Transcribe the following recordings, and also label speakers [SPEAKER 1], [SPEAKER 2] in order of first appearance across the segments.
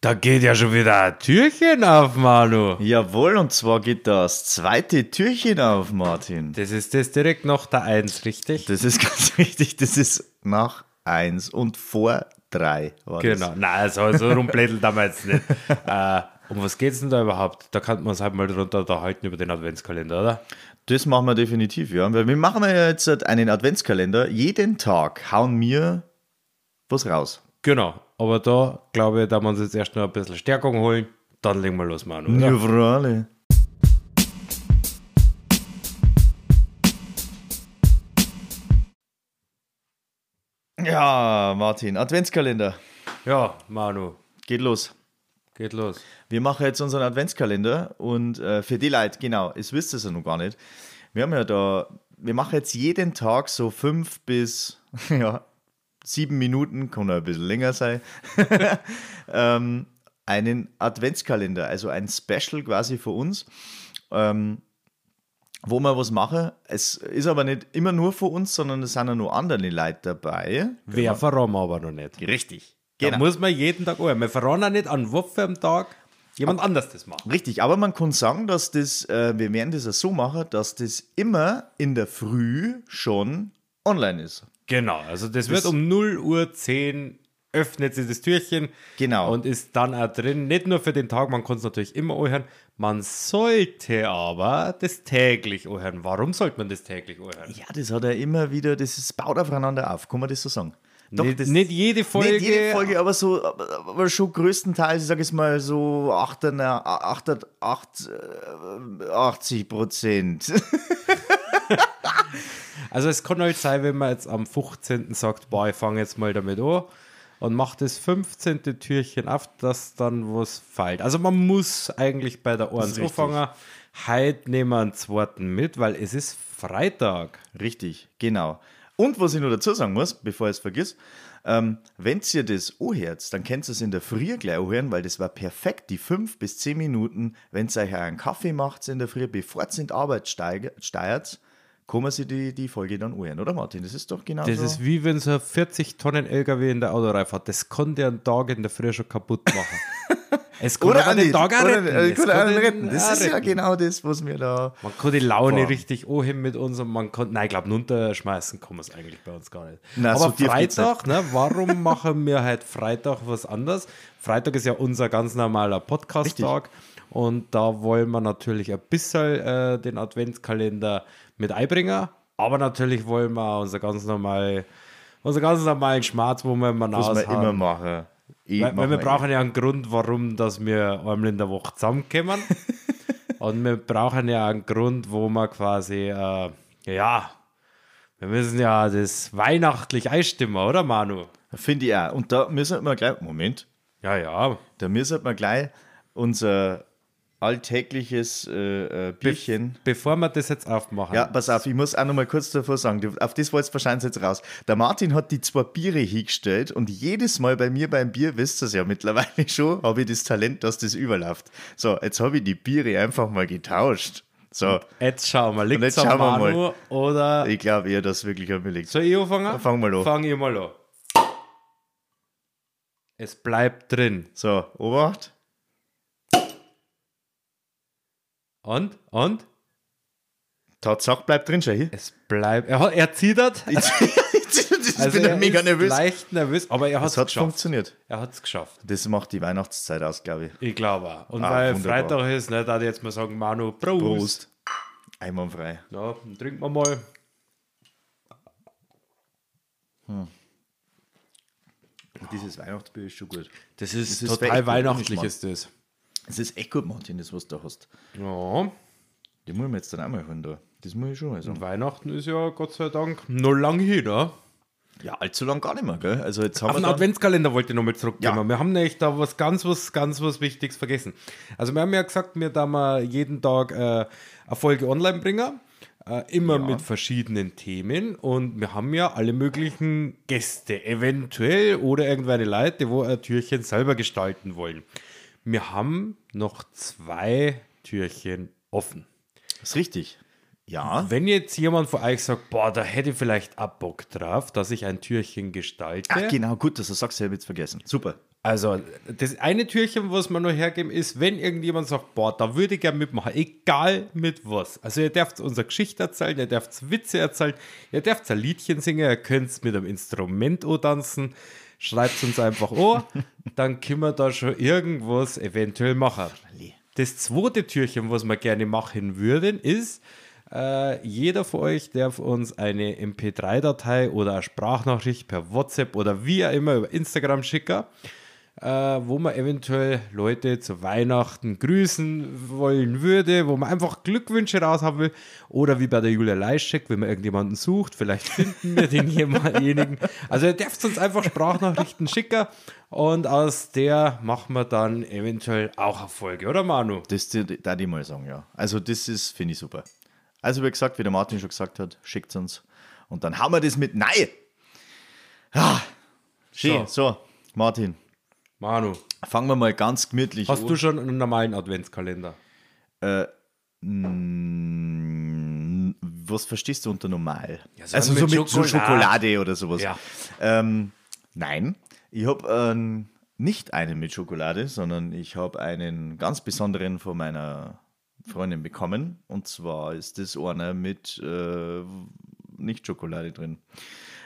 [SPEAKER 1] Da geht ja schon wieder ein Türchen auf, Manu.
[SPEAKER 2] Jawohl, und zwar geht das zweite Türchen auf, Martin.
[SPEAKER 1] Das ist das direkt nach der Eins, richtig?
[SPEAKER 2] Das ist ganz wichtig, das ist nach 1 und vor 3 war
[SPEAKER 1] Genau. Nein, so, so rumblättelt damals nicht. äh, um was geht's denn da überhaupt? Da kann man es halt mal drunter unterhalten über den Adventskalender, oder?
[SPEAKER 2] das. Das machen wir definitiv, ja. Weil wir machen ja jetzt halt einen Adventskalender. Jeden Tag hauen wir was raus.
[SPEAKER 1] Genau. Aber da glaube ich, da man jetzt erst noch ein bisschen Stärkung holen. Dann legen wir los, Manu. Oder?
[SPEAKER 2] Fräule. Ja, Martin, Adventskalender.
[SPEAKER 1] Ja, Manu,
[SPEAKER 2] Geht los.
[SPEAKER 1] geht los.
[SPEAKER 2] Wir machen jetzt unseren Adventskalender und äh, für die Leute, genau, es wisst ihr es ja noch gar nicht. Wir haben ja da, wir machen jetzt jeden Tag so fünf bis ja, sieben Minuten, kann auch ein bisschen länger sein, ähm, einen Adventskalender, also ein Special quasi für uns. Ähm, wo wir was machen. Es ist aber nicht immer nur für uns, sondern es sind ja noch andere Leute dabei.
[SPEAKER 1] Wer verraten wir aber noch nicht.
[SPEAKER 2] Richtig.
[SPEAKER 1] Da
[SPEAKER 2] Genau.
[SPEAKER 1] muss man jeden Tag an. Wir verraten auch nicht an Waffe am Tag. Jemand anders das macht.
[SPEAKER 2] Richtig, aber man kann sagen, dass das, äh, wir werden das ja so machen, dass das immer in der Früh schon online ist.
[SPEAKER 1] Genau, also das, wird um 0 Uhr 10 öffnet sich das Türchen.
[SPEAKER 2] Genau.
[SPEAKER 1] Und ist dann auch drin. Nicht nur für den Tag, man kann es natürlich immer anhören. Man sollte aber das täglich anhören. Warum sollte man das täglich anhören?
[SPEAKER 2] Ja, das hat er immer wieder, das ist, baut aufeinander auf, kann man das so sagen? Doch,
[SPEAKER 1] nicht,
[SPEAKER 2] das,
[SPEAKER 1] nicht jede Folge.
[SPEAKER 2] nicht jede Folge, aber so, aber, aber schon größtenteils, ich sage jetzt mal so äh, 88, 80 Prozent.
[SPEAKER 1] Also es kann halt sein, wenn man jetzt am 15. sagt, boah, ich fange jetzt mal damit an und macht das 15. Türchen auf, dass dann was fällt. Also man muss eigentlich bei der Ohren
[SPEAKER 2] ist richtig.
[SPEAKER 1] anfangen. Heute nehmen wir einen zweiten mit, weil es ist Freitag.
[SPEAKER 2] Richtig, genau. Und was ich noch dazu sagen muss, bevor ich es vergiss, ähm, wenn ihr das anhört, dann könnt ihr es in der Früh gleich anhören, weil das war perfekt, die fünf bis zehn Minuten, wenn ihr euch einen Kaffee macht in der Früh, bevor ihr in die Arbeit steig- steuert, kann man sich die, die Folge dann anhören, oder Martin? Das ist doch genau
[SPEAKER 1] Das
[SPEAKER 2] so.
[SPEAKER 1] ist wie wenn so ein 40 Tonnen LKW in der Autoreife hat. Das kann der einen Tag in der Früh schon kaputt machen. Es kann
[SPEAKER 2] oder
[SPEAKER 1] aber den
[SPEAKER 2] Andi,
[SPEAKER 1] Tag auch
[SPEAKER 2] oder,
[SPEAKER 1] retten.
[SPEAKER 2] äh,
[SPEAKER 1] Es
[SPEAKER 2] kann
[SPEAKER 1] kann
[SPEAKER 2] einen
[SPEAKER 1] den
[SPEAKER 2] retten. Das
[SPEAKER 1] auch
[SPEAKER 2] ist ja
[SPEAKER 1] retten.
[SPEAKER 2] genau das, was wir da...
[SPEAKER 1] Man kann die Laune
[SPEAKER 2] Boah.
[SPEAKER 1] richtig anheben mit uns und man kann, nein, ich glaube, runterschmeißen kann man es eigentlich bei uns gar nicht.
[SPEAKER 2] Na, so
[SPEAKER 1] Aber
[SPEAKER 2] tief geht's
[SPEAKER 1] Freitag, ne, warum machen wir halt Freitag was anders? Freitag ist ja unser ganz normaler Podcast-Tag und da wollen wir natürlich ein bisschen äh, den Adventskalender mit einbringen, aber natürlich wollen wir auch unser ganz normal, unser ganz normalen Schmerz, wo wir immer
[SPEAKER 2] Was wir immer
[SPEAKER 1] raushauen.
[SPEAKER 2] machen. Ich
[SPEAKER 1] Weil,
[SPEAKER 2] mach
[SPEAKER 1] weil wir
[SPEAKER 2] mal-
[SPEAKER 1] brauchen ja einen Grund, warum dass wir einmal in der Woche zusammenkommen. Und wir brauchen ja einen Grund, wo wir quasi, äh, ja, wir müssen ja das weihnachtlich einstimmen, oder Manu?
[SPEAKER 2] Finde ich auch. Und da müssen wir gleich... Moment.
[SPEAKER 1] Ja, ja.
[SPEAKER 2] Da müssen wir gleich unser alltägliches äh, äh, Bierchen.
[SPEAKER 1] Bevor wir das jetzt aufmachen.
[SPEAKER 2] Ja, pass auf, ich muss auch noch mal kurz davor sagen, du- auf das wolltest du wahrscheinlich jetzt raus. Der Martin hat die zwei Biere hingestellt und jedes Mal bei mir beim Bier, wisst ihr es ja mittlerweile schon, habe ich das Talent, dass das überläuft. So, jetzt habe ich die Biere einfach mal getauscht. So,
[SPEAKER 1] Jetzt schauen wir, liegt
[SPEAKER 2] jetzt
[SPEAKER 1] es am
[SPEAKER 2] schauen wir mal.
[SPEAKER 1] Manu oder...
[SPEAKER 2] ich glaube eher, dass wirklich am mir liegt.
[SPEAKER 1] Soll ich anfangen?
[SPEAKER 2] Fang mal an.
[SPEAKER 1] Fang ich mal an. Es bleibt drin.
[SPEAKER 2] So, Obacht.
[SPEAKER 1] Und? Und?
[SPEAKER 2] Tatsache bleibt drin, schau hier.
[SPEAKER 1] Es bleibt... Er, hat- er zittert.
[SPEAKER 2] Ich
[SPEAKER 1] Also
[SPEAKER 2] bin ja
[SPEAKER 1] er
[SPEAKER 2] mega
[SPEAKER 1] ist
[SPEAKER 2] nervös.
[SPEAKER 1] leicht nervös, aber er hat es
[SPEAKER 2] Das hat
[SPEAKER 1] geschafft.
[SPEAKER 2] funktioniert.
[SPEAKER 1] Er hat es geschafft.
[SPEAKER 2] Das macht die Weihnachtszeit aus, glaube ich.
[SPEAKER 1] Ich glaube auch. Und
[SPEAKER 2] Ah,
[SPEAKER 1] weil
[SPEAKER 2] wunderbar.
[SPEAKER 1] Freitag ist, ne, da jetzt mal sagen, Manu, Prost.
[SPEAKER 2] Prost. Einwandfrei.
[SPEAKER 1] Ja, dann trinken wir mal.
[SPEAKER 2] Dieses Weihnachtsbier ist schon gut.
[SPEAKER 1] Das ist,
[SPEAKER 2] ist echt
[SPEAKER 1] total
[SPEAKER 2] gut,
[SPEAKER 1] weihnachtlich
[SPEAKER 2] Geschmack.
[SPEAKER 1] ist das.
[SPEAKER 2] Es ist echt gut, Martin, das, was du da hast.
[SPEAKER 1] Ja,
[SPEAKER 2] Die muss ich mir jetzt dann auch mal holen da. Das muss ich schon also. mal sagen.
[SPEAKER 1] Weihnachten ist ja Gott sei Dank noch lang hin, ne?
[SPEAKER 2] Ja, allzu lang gar nicht mehr, gell? Also jetzt haben
[SPEAKER 1] Auf den
[SPEAKER 2] wir dann,
[SPEAKER 1] Adventskalender wollte ich nochmal zurückkommen.
[SPEAKER 2] Ja.
[SPEAKER 1] Wir haben nämlich da was ganz, was ganz, was Wichtiges vergessen. Also wir haben ja gesagt, wir da mal jeden Tag äh, eine Folge online bringen. Äh, immer mit verschiedenen Themen und wir haben ja alle möglichen Gäste, eventuell oder irgendwelche Leute, die wo ein Türchen selber gestalten wollen. Wir haben noch zwei Türchen offen.
[SPEAKER 2] ist richtig. Ja,
[SPEAKER 1] Wenn jetzt jemand von euch sagt, boah, da hätte ich vielleicht auch Bock drauf, dass ich ein Türchen gestalte.
[SPEAKER 2] Ach, genau, gut, dass du sagst, ich habe jetzt vergessen. Super.
[SPEAKER 1] Also, das eine Türchen, was wir nur hergeben, ist, wenn irgendjemand sagt, boah, da würde ich gerne mitmachen, egal mit was. Also, ihr dürft unsere Geschichte erzählen, ihr dürft Witze erzählen, ihr dürft ein Liedchen singen, ihr könnt mit einem Instrument auch tanzen, schreibt uns einfach an, dann können wir da schon irgendwas eventuell machen. Das zweite Türchen, was wir gerne machen würden, ist, äh, jeder von euch darf uns eine MP3-Datei oder eine Sprachnachricht per WhatsApp oder wie auch immer über Instagram schicken, äh, wo man eventuell Leute zu Weihnachten grüßen wollen würde, wo man einfach Glückwünsche raushaben will. Oder wie bei der Julia Leischek, wenn man irgendjemanden sucht, vielleicht finden wir den jemanden. Also ihr dürft uns einfach Sprachnachrichten schicken und aus der machen wir dann eventuell auch eine Folge, oder Manu?
[SPEAKER 2] Das da die mal sagen, ja. Also, das ist, finde ich super. Also, wie gesagt, wie der Martin schon gesagt hat, schickt uns. Und dann haben wir das mit Nein! Ah, schön. So. Martin,
[SPEAKER 1] Manu,
[SPEAKER 2] fangen wir mal ganz gemütlich
[SPEAKER 1] hast
[SPEAKER 2] an.
[SPEAKER 1] du schon einen normalen Adventskalender?
[SPEAKER 2] Was verstehst du unter normal?
[SPEAKER 1] so
[SPEAKER 2] also,
[SPEAKER 1] mit
[SPEAKER 2] so mit so
[SPEAKER 1] Schokolade.
[SPEAKER 2] Schokolade oder sowas.
[SPEAKER 1] Ja.
[SPEAKER 2] Ähm, nein, ich habe ähm, nicht einen mit Schokolade, sondern ich habe einen ganz besonderen von meiner Freundin bekommen. Und zwar ist das einer mit äh, nicht Schokolade drin.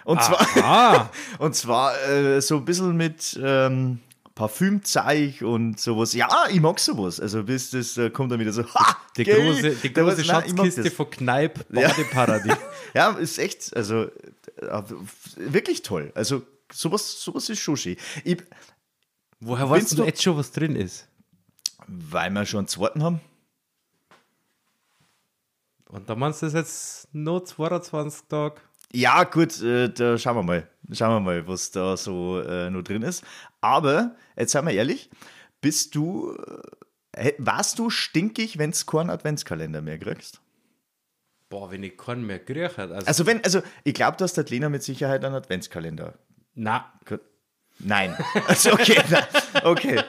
[SPEAKER 2] Und zwar.
[SPEAKER 1] Ah,
[SPEAKER 2] Und zwar äh, so ein bisschen mit ähm, Parfümzeug und sowas. Ja, ich mag sowas. Also bis das äh, kommt dann wieder so, ha!
[SPEAKER 1] die
[SPEAKER 2] gell,
[SPEAKER 1] große, die
[SPEAKER 2] da
[SPEAKER 1] große
[SPEAKER 2] was- nein, ich mag
[SPEAKER 1] Schatzkiste
[SPEAKER 2] das.
[SPEAKER 1] von Kneipp, Badeparadies.
[SPEAKER 2] Ja, ist echt, also äh, wirklich toll. Also sowas, sowas ist schon schön. Ich,
[SPEAKER 1] Woher
[SPEAKER 2] Findest
[SPEAKER 1] weißt du
[SPEAKER 2] du-
[SPEAKER 1] denn jetzt schon, was drin ist?
[SPEAKER 2] weil wir schon einen zweiten haben.
[SPEAKER 1] Und da meinst du das jetzt nur 22 Tage?
[SPEAKER 2] Ja, gut, äh, da schauen wir mal. Schauen wir mal, was da so äh, noch drin ist. Aber, jetzt seien wir ehrlich, bist du, äh, warst du stinkig, wenn du keinen Adventskalender mehr kriegst?
[SPEAKER 1] Boah, wenn ich keinen mehr gerührt hat. Also,
[SPEAKER 2] Also wenn, also ich glaube, dass der Lena mit Sicherheit einen Adventskalender.
[SPEAKER 1] na,
[SPEAKER 2] ge- Nein. Also okay, na, okay.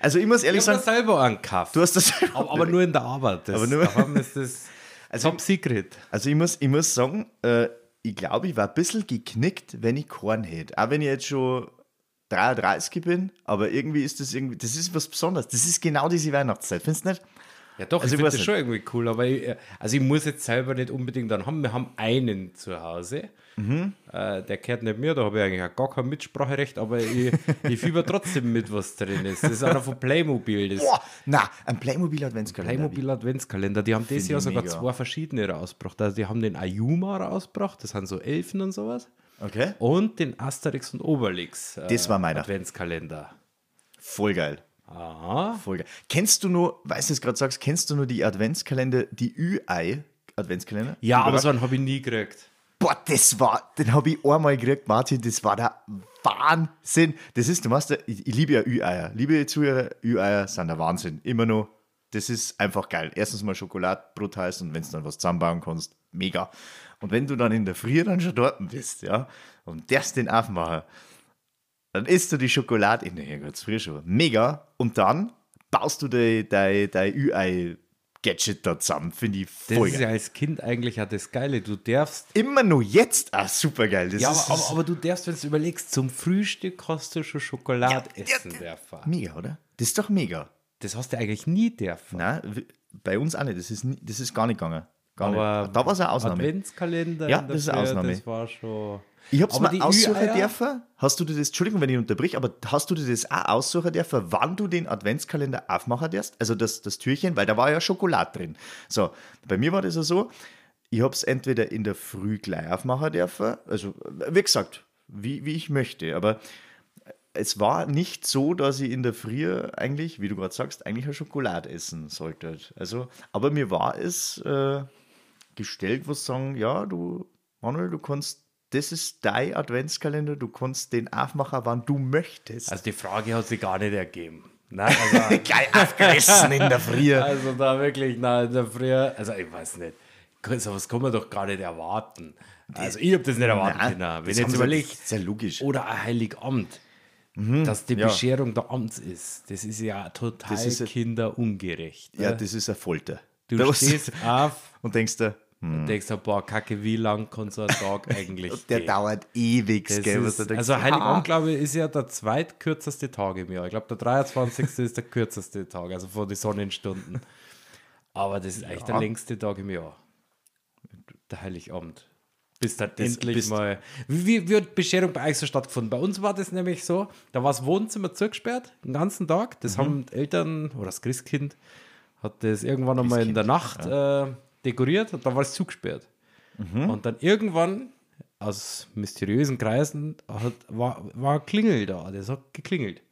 [SPEAKER 2] Also ich muss ehrlich
[SPEAKER 1] ich habe
[SPEAKER 2] sagen,
[SPEAKER 1] das selber angekauft.
[SPEAKER 2] du hast das.
[SPEAKER 1] aber, aber nur in der Arbeit. Das,
[SPEAKER 2] Aber nur-
[SPEAKER 1] daheim ist das
[SPEAKER 2] Also-
[SPEAKER 1] Top Secret.
[SPEAKER 2] Also ich muss, ich muss sagen, äh, ich glaube, ich war ein bisschen geknickt, wenn ich Korn hätte. Auch wenn ich jetzt schon 33 bin, aber irgendwie ist das irgendwie, das ist was Besonderes. Das ist genau diese Weihnachtszeit, findest du nicht?
[SPEAKER 1] Ja doch,
[SPEAKER 2] Also ich
[SPEAKER 1] ich finde
[SPEAKER 2] weiß
[SPEAKER 1] das
[SPEAKER 2] nicht.
[SPEAKER 1] schon irgendwie cool, aber ich, äh, also ich muss jetzt selber nicht unbedingt dann haben. Wir haben einen zu Hause,
[SPEAKER 2] Mhm.
[SPEAKER 1] äh, der gehört nicht mir, da habe ich eigentlich auch gar kein Mitspracherecht, aber ich, ich fieber trotzdem mit, was drin ist. Das ist einer von Playmobil, das
[SPEAKER 2] Boah, na, ein Playmobil Adventskalender.
[SPEAKER 1] Playmobil Adventskalender. Die haben dieses
[SPEAKER 2] ich
[SPEAKER 1] Jahr sogar
[SPEAKER 2] mega.
[SPEAKER 1] zwei verschiedene rausgebracht. Also die haben den Ayuma rausgebracht, das sind so Elfen und sowas,
[SPEAKER 2] Okay.
[SPEAKER 1] und den Asterix und Obelix. äh,
[SPEAKER 2] Das war meiner.
[SPEAKER 1] Adventskalender.
[SPEAKER 2] Voll geil.
[SPEAKER 1] Aha.
[SPEAKER 2] Voll geil. Kennst du nur, weißt du es gerade sagst, kennst du nur die Adventskalender, die UI Adventskalender?
[SPEAKER 1] Ja, aber
[SPEAKER 2] Überall?
[SPEAKER 1] so einen habe ich nie gekriegt.
[SPEAKER 2] Boah, das war, den habe ich einmal gekriegt, Martin, das war der Wahnsinn. Das ist, du machst, ja- ich, ich liebe ja Ü-Eier. Liebe Zuhörer, Ü-Eier sind der Wahnsinn. Immer nur, das ist einfach geil. Erstens mal Schokolade, Brot heiß und wenn du dann was zusammenbauen kannst, mega. Und wenn du dann in der Früh dann schon dort bist, ja, und das den aufmachen, dann isst du die Schokolade in der Herrgott, früh schon. Mega. Und dann baust du dein de, de Ü-Ei-Gadget da zusammen. Finde ich
[SPEAKER 1] Das
[SPEAKER 2] voll
[SPEAKER 1] ist
[SPEAKER 2] geil.
[SPEAKER 1] ja als Kind eigentlich ja das Geile. Du darfst
[SPEAKER 2] Immer nur jetzt, ah, super geil. Das
[SPEAKER 1] Ja,
[SPEAKER 2] ist,
[SPEAKER 1] aber, aber, aber du darfst, wenn du überlegst, zum Frühstück hast du schon Schokolade essen dürfen.
[SPEAKER 2] Mega, oder? Das ist doch mega.
[SPEAKER 1] Das hast du eigentlich nie dürfen.
[SPEAKER 2] Nein, w- bei uns auch nicht. Das ist, nie, das ist gar nicht gegangen. Gar
[SPEAKER 1] Aber
[SPEAKER 2] nicht. Da war es eine Ausnahme.
[SPEAKER 1] Adventskalender.
[SPEAKER 2] Ja,
[SPEAKER 1] in
[SPEAKER 2] das ist
[SPEAKER 1] der
[SPEAKER 2] eine
[SPEAKER 1] Früh,
[SPEAKER 2] Ausnahme.
[SPEAKER 1] Das war schon.
[SPEAKER 2] ich hab's
[SPEAKER 1] Aber
[SPEAKER 2] mal
[SPEAKER 1] die
[SPEAKER 2] aussuchen
[SPEAKER 1] Ü-Eier-
[SPEAKER 2] dürfen. Hast du dir das, Entschuldigung, wenn ich unterbrich, aber hast du dir das auch aussuchen dürfen, wann du den Adventskalender aufmachen darfst? Also das, das Türchen, weil da war ja Schokolade drin. So, bei mir war das ja so, ich habe es entweder in der Früh gleich aufmachen dürfen, also wie gesagt, wie, wie ich möchte, aber es war nicht so, dass ich in der Früh eigentlich, wie du gerade sagst, eigentlich eine Schokolade essen sollte. Also, aber mir war es äh, gestellt, was sagen, ja, du, Manuel, du kannst, das ist dein Adventskalender, du kannst den aufmachen, wann du möchtest.
[SPEAKER 1] Also die Frage hat sich gar nicht ergeben. Nein, also,
[SPEAKER 2] geil aufgerissen in der Früh.
[SPEAKER 1] also da wirklich, nein, da früher, also ich weiß nicht. So was kann man doch gar nicht erwarten. Also ich habe das nicht erwarten können.
[SPEAKER 2] Nein, das
[SPEAKER 1] Wenn
[SPEAKER 2] haben
[SPEAKER 1] ich
[SPEAKER 2] sie-
[SPEAKER 1] jetzt überlege,
[SPEAKER 2] das ist ja logisch.
[SPEAKER 1] oder ein Heiligamt, dass die
[SPEAKER 2] Mhm, ja.
[SPEAKER 1] Bescherung der Amts ist, das ist ja total
[SPEAKER 2] ist ja-
[SPEAKER 1] kinderungerecht.
[SPEAKER 2] Ja,
[SPEAKER 1] ne?
[SPEAKER 2] das ist eine Folter.
[SPEAKER 1] Du
[SPEAKER 2] Da-
[SPEAKER 1] stehst auf
[SPEAKER 2] und denkst dir,
[SPEAKER 1] Und denkst du, boah, kacke, wie lang kann so ein Tag eigentlich
[SPEAKER 2] Der
[SPEAKER 1] gehen?
[SPEAKER 2] dauert ewig,
[SPEAKER 1] Das
[SPEAKER 2] gell? was
[SPEAKER 1] ist,
[SPEAKER 2] du denkst,
[SPEAKER 1] also
[SPEAKER 2] ah.
[SPEAKER 1] Heiligabend, glaube ich, ist ja der zweitkürzeste Tag im Jahr. Ich glaube, der 23. ist der kürzeste Tag, also vor den Sonnenstunden. Aber das ist eigentlich der längste Tag im Jahr. Der Heiligabend. Bis dann endlich
[SPEAKER 2] bist-
[SPEAKER 1] mal. Wie, wie wird Bescherung bei euch so stattgefunden? Bei uns war das nämlich so: da war das Wohnzimmer zugesperrt, den ganzen Tag.
[SPEAKER 2] Mhm.
[SPEAKER 1] Das haben die Eltern oder das Christkind hat das irgendwann einmal in der Nacht äh, dekoriert und dann war es zugesperrt.
[SPEAKER 2] Mhm.
[SPEAKER 1] Und dann irgendwann aus mysteriösen Kreisen hat, war, war Klingel da. Das hat geklingelt.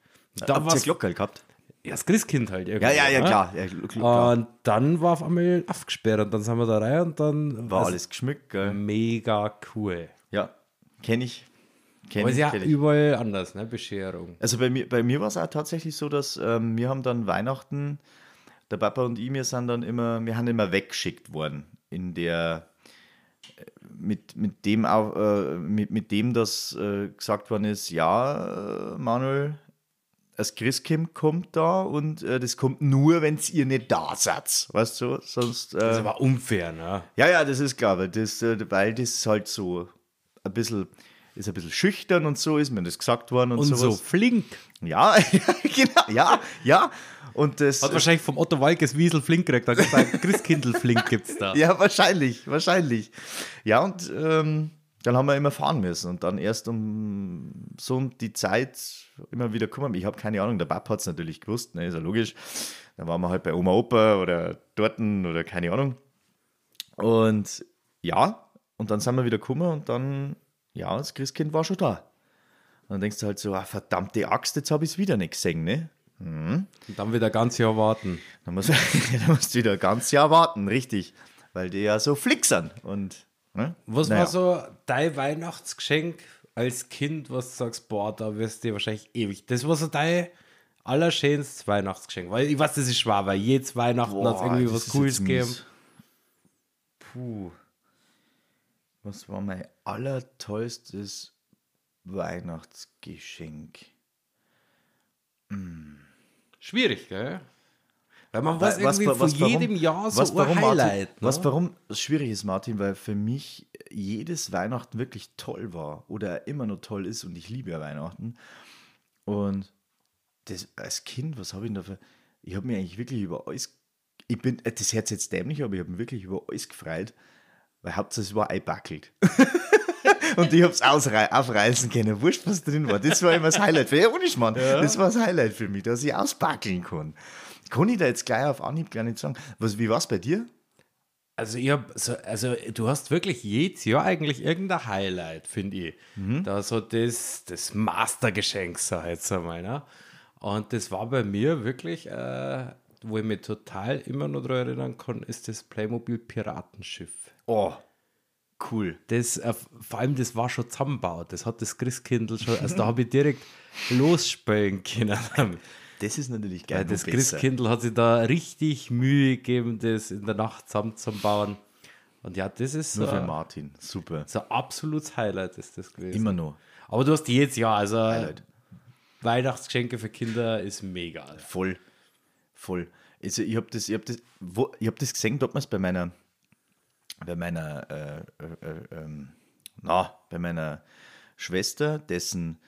[SPEAKER 1] Und Da
[SPEAKER 2] Habt
[SPEAKER 1] war
[SPEAKER 2] ihr Glockerl gehabt?
[SPEAKER 1] ja, das Christkind halt irgendwie.
[SPEAKER 2] Ja, ja, ja,
[SPEAKER 1] ne?
[SPEAKER 2] klar. Ja, gl- klar.
[SPEAKER 1] Und dann war auf einmal aufgesperrt und dann sind wir da rein und dann
[SPEAKER 2] War
[SPEAKER 1] war's
[SPEAKER 2] alles geschmückt, gell?
[SPEAKER 1] mega cool.
[SPEAKER 2] Ja, kenne ich. Kenn
[SPEAKER 1] Aber ist
[SPEAKER 2] ich,
[SPEAKER 1] ja
[SPEAKER 2] kenn ich.
[SPEAKER 1] überall anders, ne? Bescherung.
[SPEAKER 2] Also bei mir, bei mir war es auch tatsächlich so, dass ähm, wir haben dann Weihnachten, der Papa und ich, wir sind dann immer, wir haben immer weggeschickt worden in der äh, mit, mit dem auch, äh, mit, mit dem, dass äh, gesagt worden ist, ja, äh, Manuel, das Christkind kommt da und äh, das kommt nur, wenn ihr nicht da seid. Weißt du, sonst. Äh,
[SPEAKER 1] Das Also war unfair, ne?
[SPEAKER 2] ja, ja, das ist klar, weil das, äh, weil das halt so ein bisschen, ist ein bisschen schüchtern und so ist mir das gesagt worden und,
[SPEAKER 1] Und so
[SPEAKER 2] sowas.
[SPEAKER 1] flink.
[SPEAKER 2] Ja, ja, genau, ja, ja. Und das.
[SPEAKER 1] Hat wahrscheinlich vom Otto Walkes Wiesel flink gekriegt. Hat gesagt, Christkindl flink gibt's da.
[SPEAKER 2] ja, wahrscheinlich, wahrscheinlich. Ja, und ähm, dann haben wir immer fahren müssen und dann erst um so um die Zeit immer wieder kommen. Ich habe keine Ahnung, der Papa hat es natürlich gewusst, ne, ist ja logisch. Dann waren wir halt bei Oma, Opa oder Dorten oder keine Ahnung. Und ja, und dann sind wir wieder gekommen und dann, ja, das Christkind war schon da. Und dann denkst du halt so, ah, verdammte Axt, jetzt habe ich es wieder nicht gesehen, ne?
[SPEAKER 1] Und dann wieder ganz Jahr warten.
[SPEAKER 2] Da musst, da musst du wieder ein ganzes Jahr warten, richtig. Weil die ja so flixern. Und, ne?
[SPEAKER 1] Was
[SPEAKER 2] Naja.
[SPEAKER 1] war so dein Weihnachtsgeschenk als Kind, was du sagst, boah, da wirst du wahrscheinlich ewig. Das war so dein allerschönstes Weihnachtsgeschenk. Weil ich weiß, das ist schwer, weil jedes Weihnachten hat
[SPEAKER 2] Boah,
[SPEAKER 1] irgendwie
[SPEAKER 2] das
[SPEAKER 1] was
[SPEAKER 2] ist
[SPEAKER 1] Cooles
[SPEAKER 2] jetzt
[SPEAKER 1] gegeben.
[SPEAKER 2] mies. Puh. Was war mein allertollstes Weihnachtsgeschenk?
[SPEAKER 1] Schwierig, gell? Weil man weiß
[SPEAKER 2] Was-
[SPEAKER 1] irgendwie
[SPEAKER 2] was-
[SPEAKER 1] von
[SPEAKER 2] was- warum-
[SPEAKER 1] jedem Jahr so
[SPEAKER 2] was,
[SPEAKER 1] ein
[SPEAKER 2] warum, Martin,
[SPEAKER 1] Highlight.
[SPEAKER 2] was
[SPEAKER 1] ne?
[SPEAKER 2] warum es schwierig ist, Martin, weil für mich jedes Weihnachten wirklich toll war oder immer noch toll ist und ich liebe ja Weihnachten. Und das, als Kind, was habe ich denn dafür? Ich habe mich eigentlich wirklich über alles, ich bin, äh, das Herz jetzt dämlich, aber ich habe mich wirklich über alles gefreut, weil hauptsächlich es war einbackelt. Und ich habe es aufreißen können. Wurscht, was drin war. Das war immer das Highlight. Für, ja, ohne Schmarrn. Das war das Highlight für mich, dass ich ausbackeln kann. Kann ich da jetzt gleich auf Anhieb gar nicht sagen. Was, wie war es bei dir?
[SPEAKER 1] Also, ich hab so, also, du hast wirklich jedes Jahr eigentlich irgendein Highlight, finde ich.
[SPEAKER 2] Mhm.
[SPEAKER 1] Da so das, das Mastergeschenk, so jetzt einmal. Ne? Und das war bei mir wirklich, äh, wo ich mich total immer noch daran erinnern kann, ist das Playmobil Piratenschiff.
[SPEAKER 2] Oh, cool.
[SPEAKER 1] Das, äh, vor allem, das war schon zusammengebaut. Das hat das Christkindl schon, also da habe ich direkt losspielen können. damit.
[SPEAKER 2] Das ist natürlich geil.
[SPEAKER 1] Weil das
[SPEAKER 2] nur besser.
[SPEAKER 1] Christkindl hat sich da richtig Mühe gegeben, das in der Nacht zusammenzubauen. Und ja, das ist äh, so,
[SPEAKER 2] Nur für Martin. Super.
[SPEAKER 1] so ein absolutes Highlight ist das gewesen.
[SPEAKER 2] Immer noch.
[SPEAKER 1] Aber du hast jedes Jahr, also
[SPEAKER 2] Highlight.
[SPEAKER 1] Weihnachtsgeschenke für Kinder ist mega. Alter.
[SPEAKER 2] Voll. Voll. Also ich habe das, ich hab das, wo, ich hab das gesehen, damals bei meiner, bei meiner, äh, äh, äh, ähm, na, bei meiner Schwester, dessen,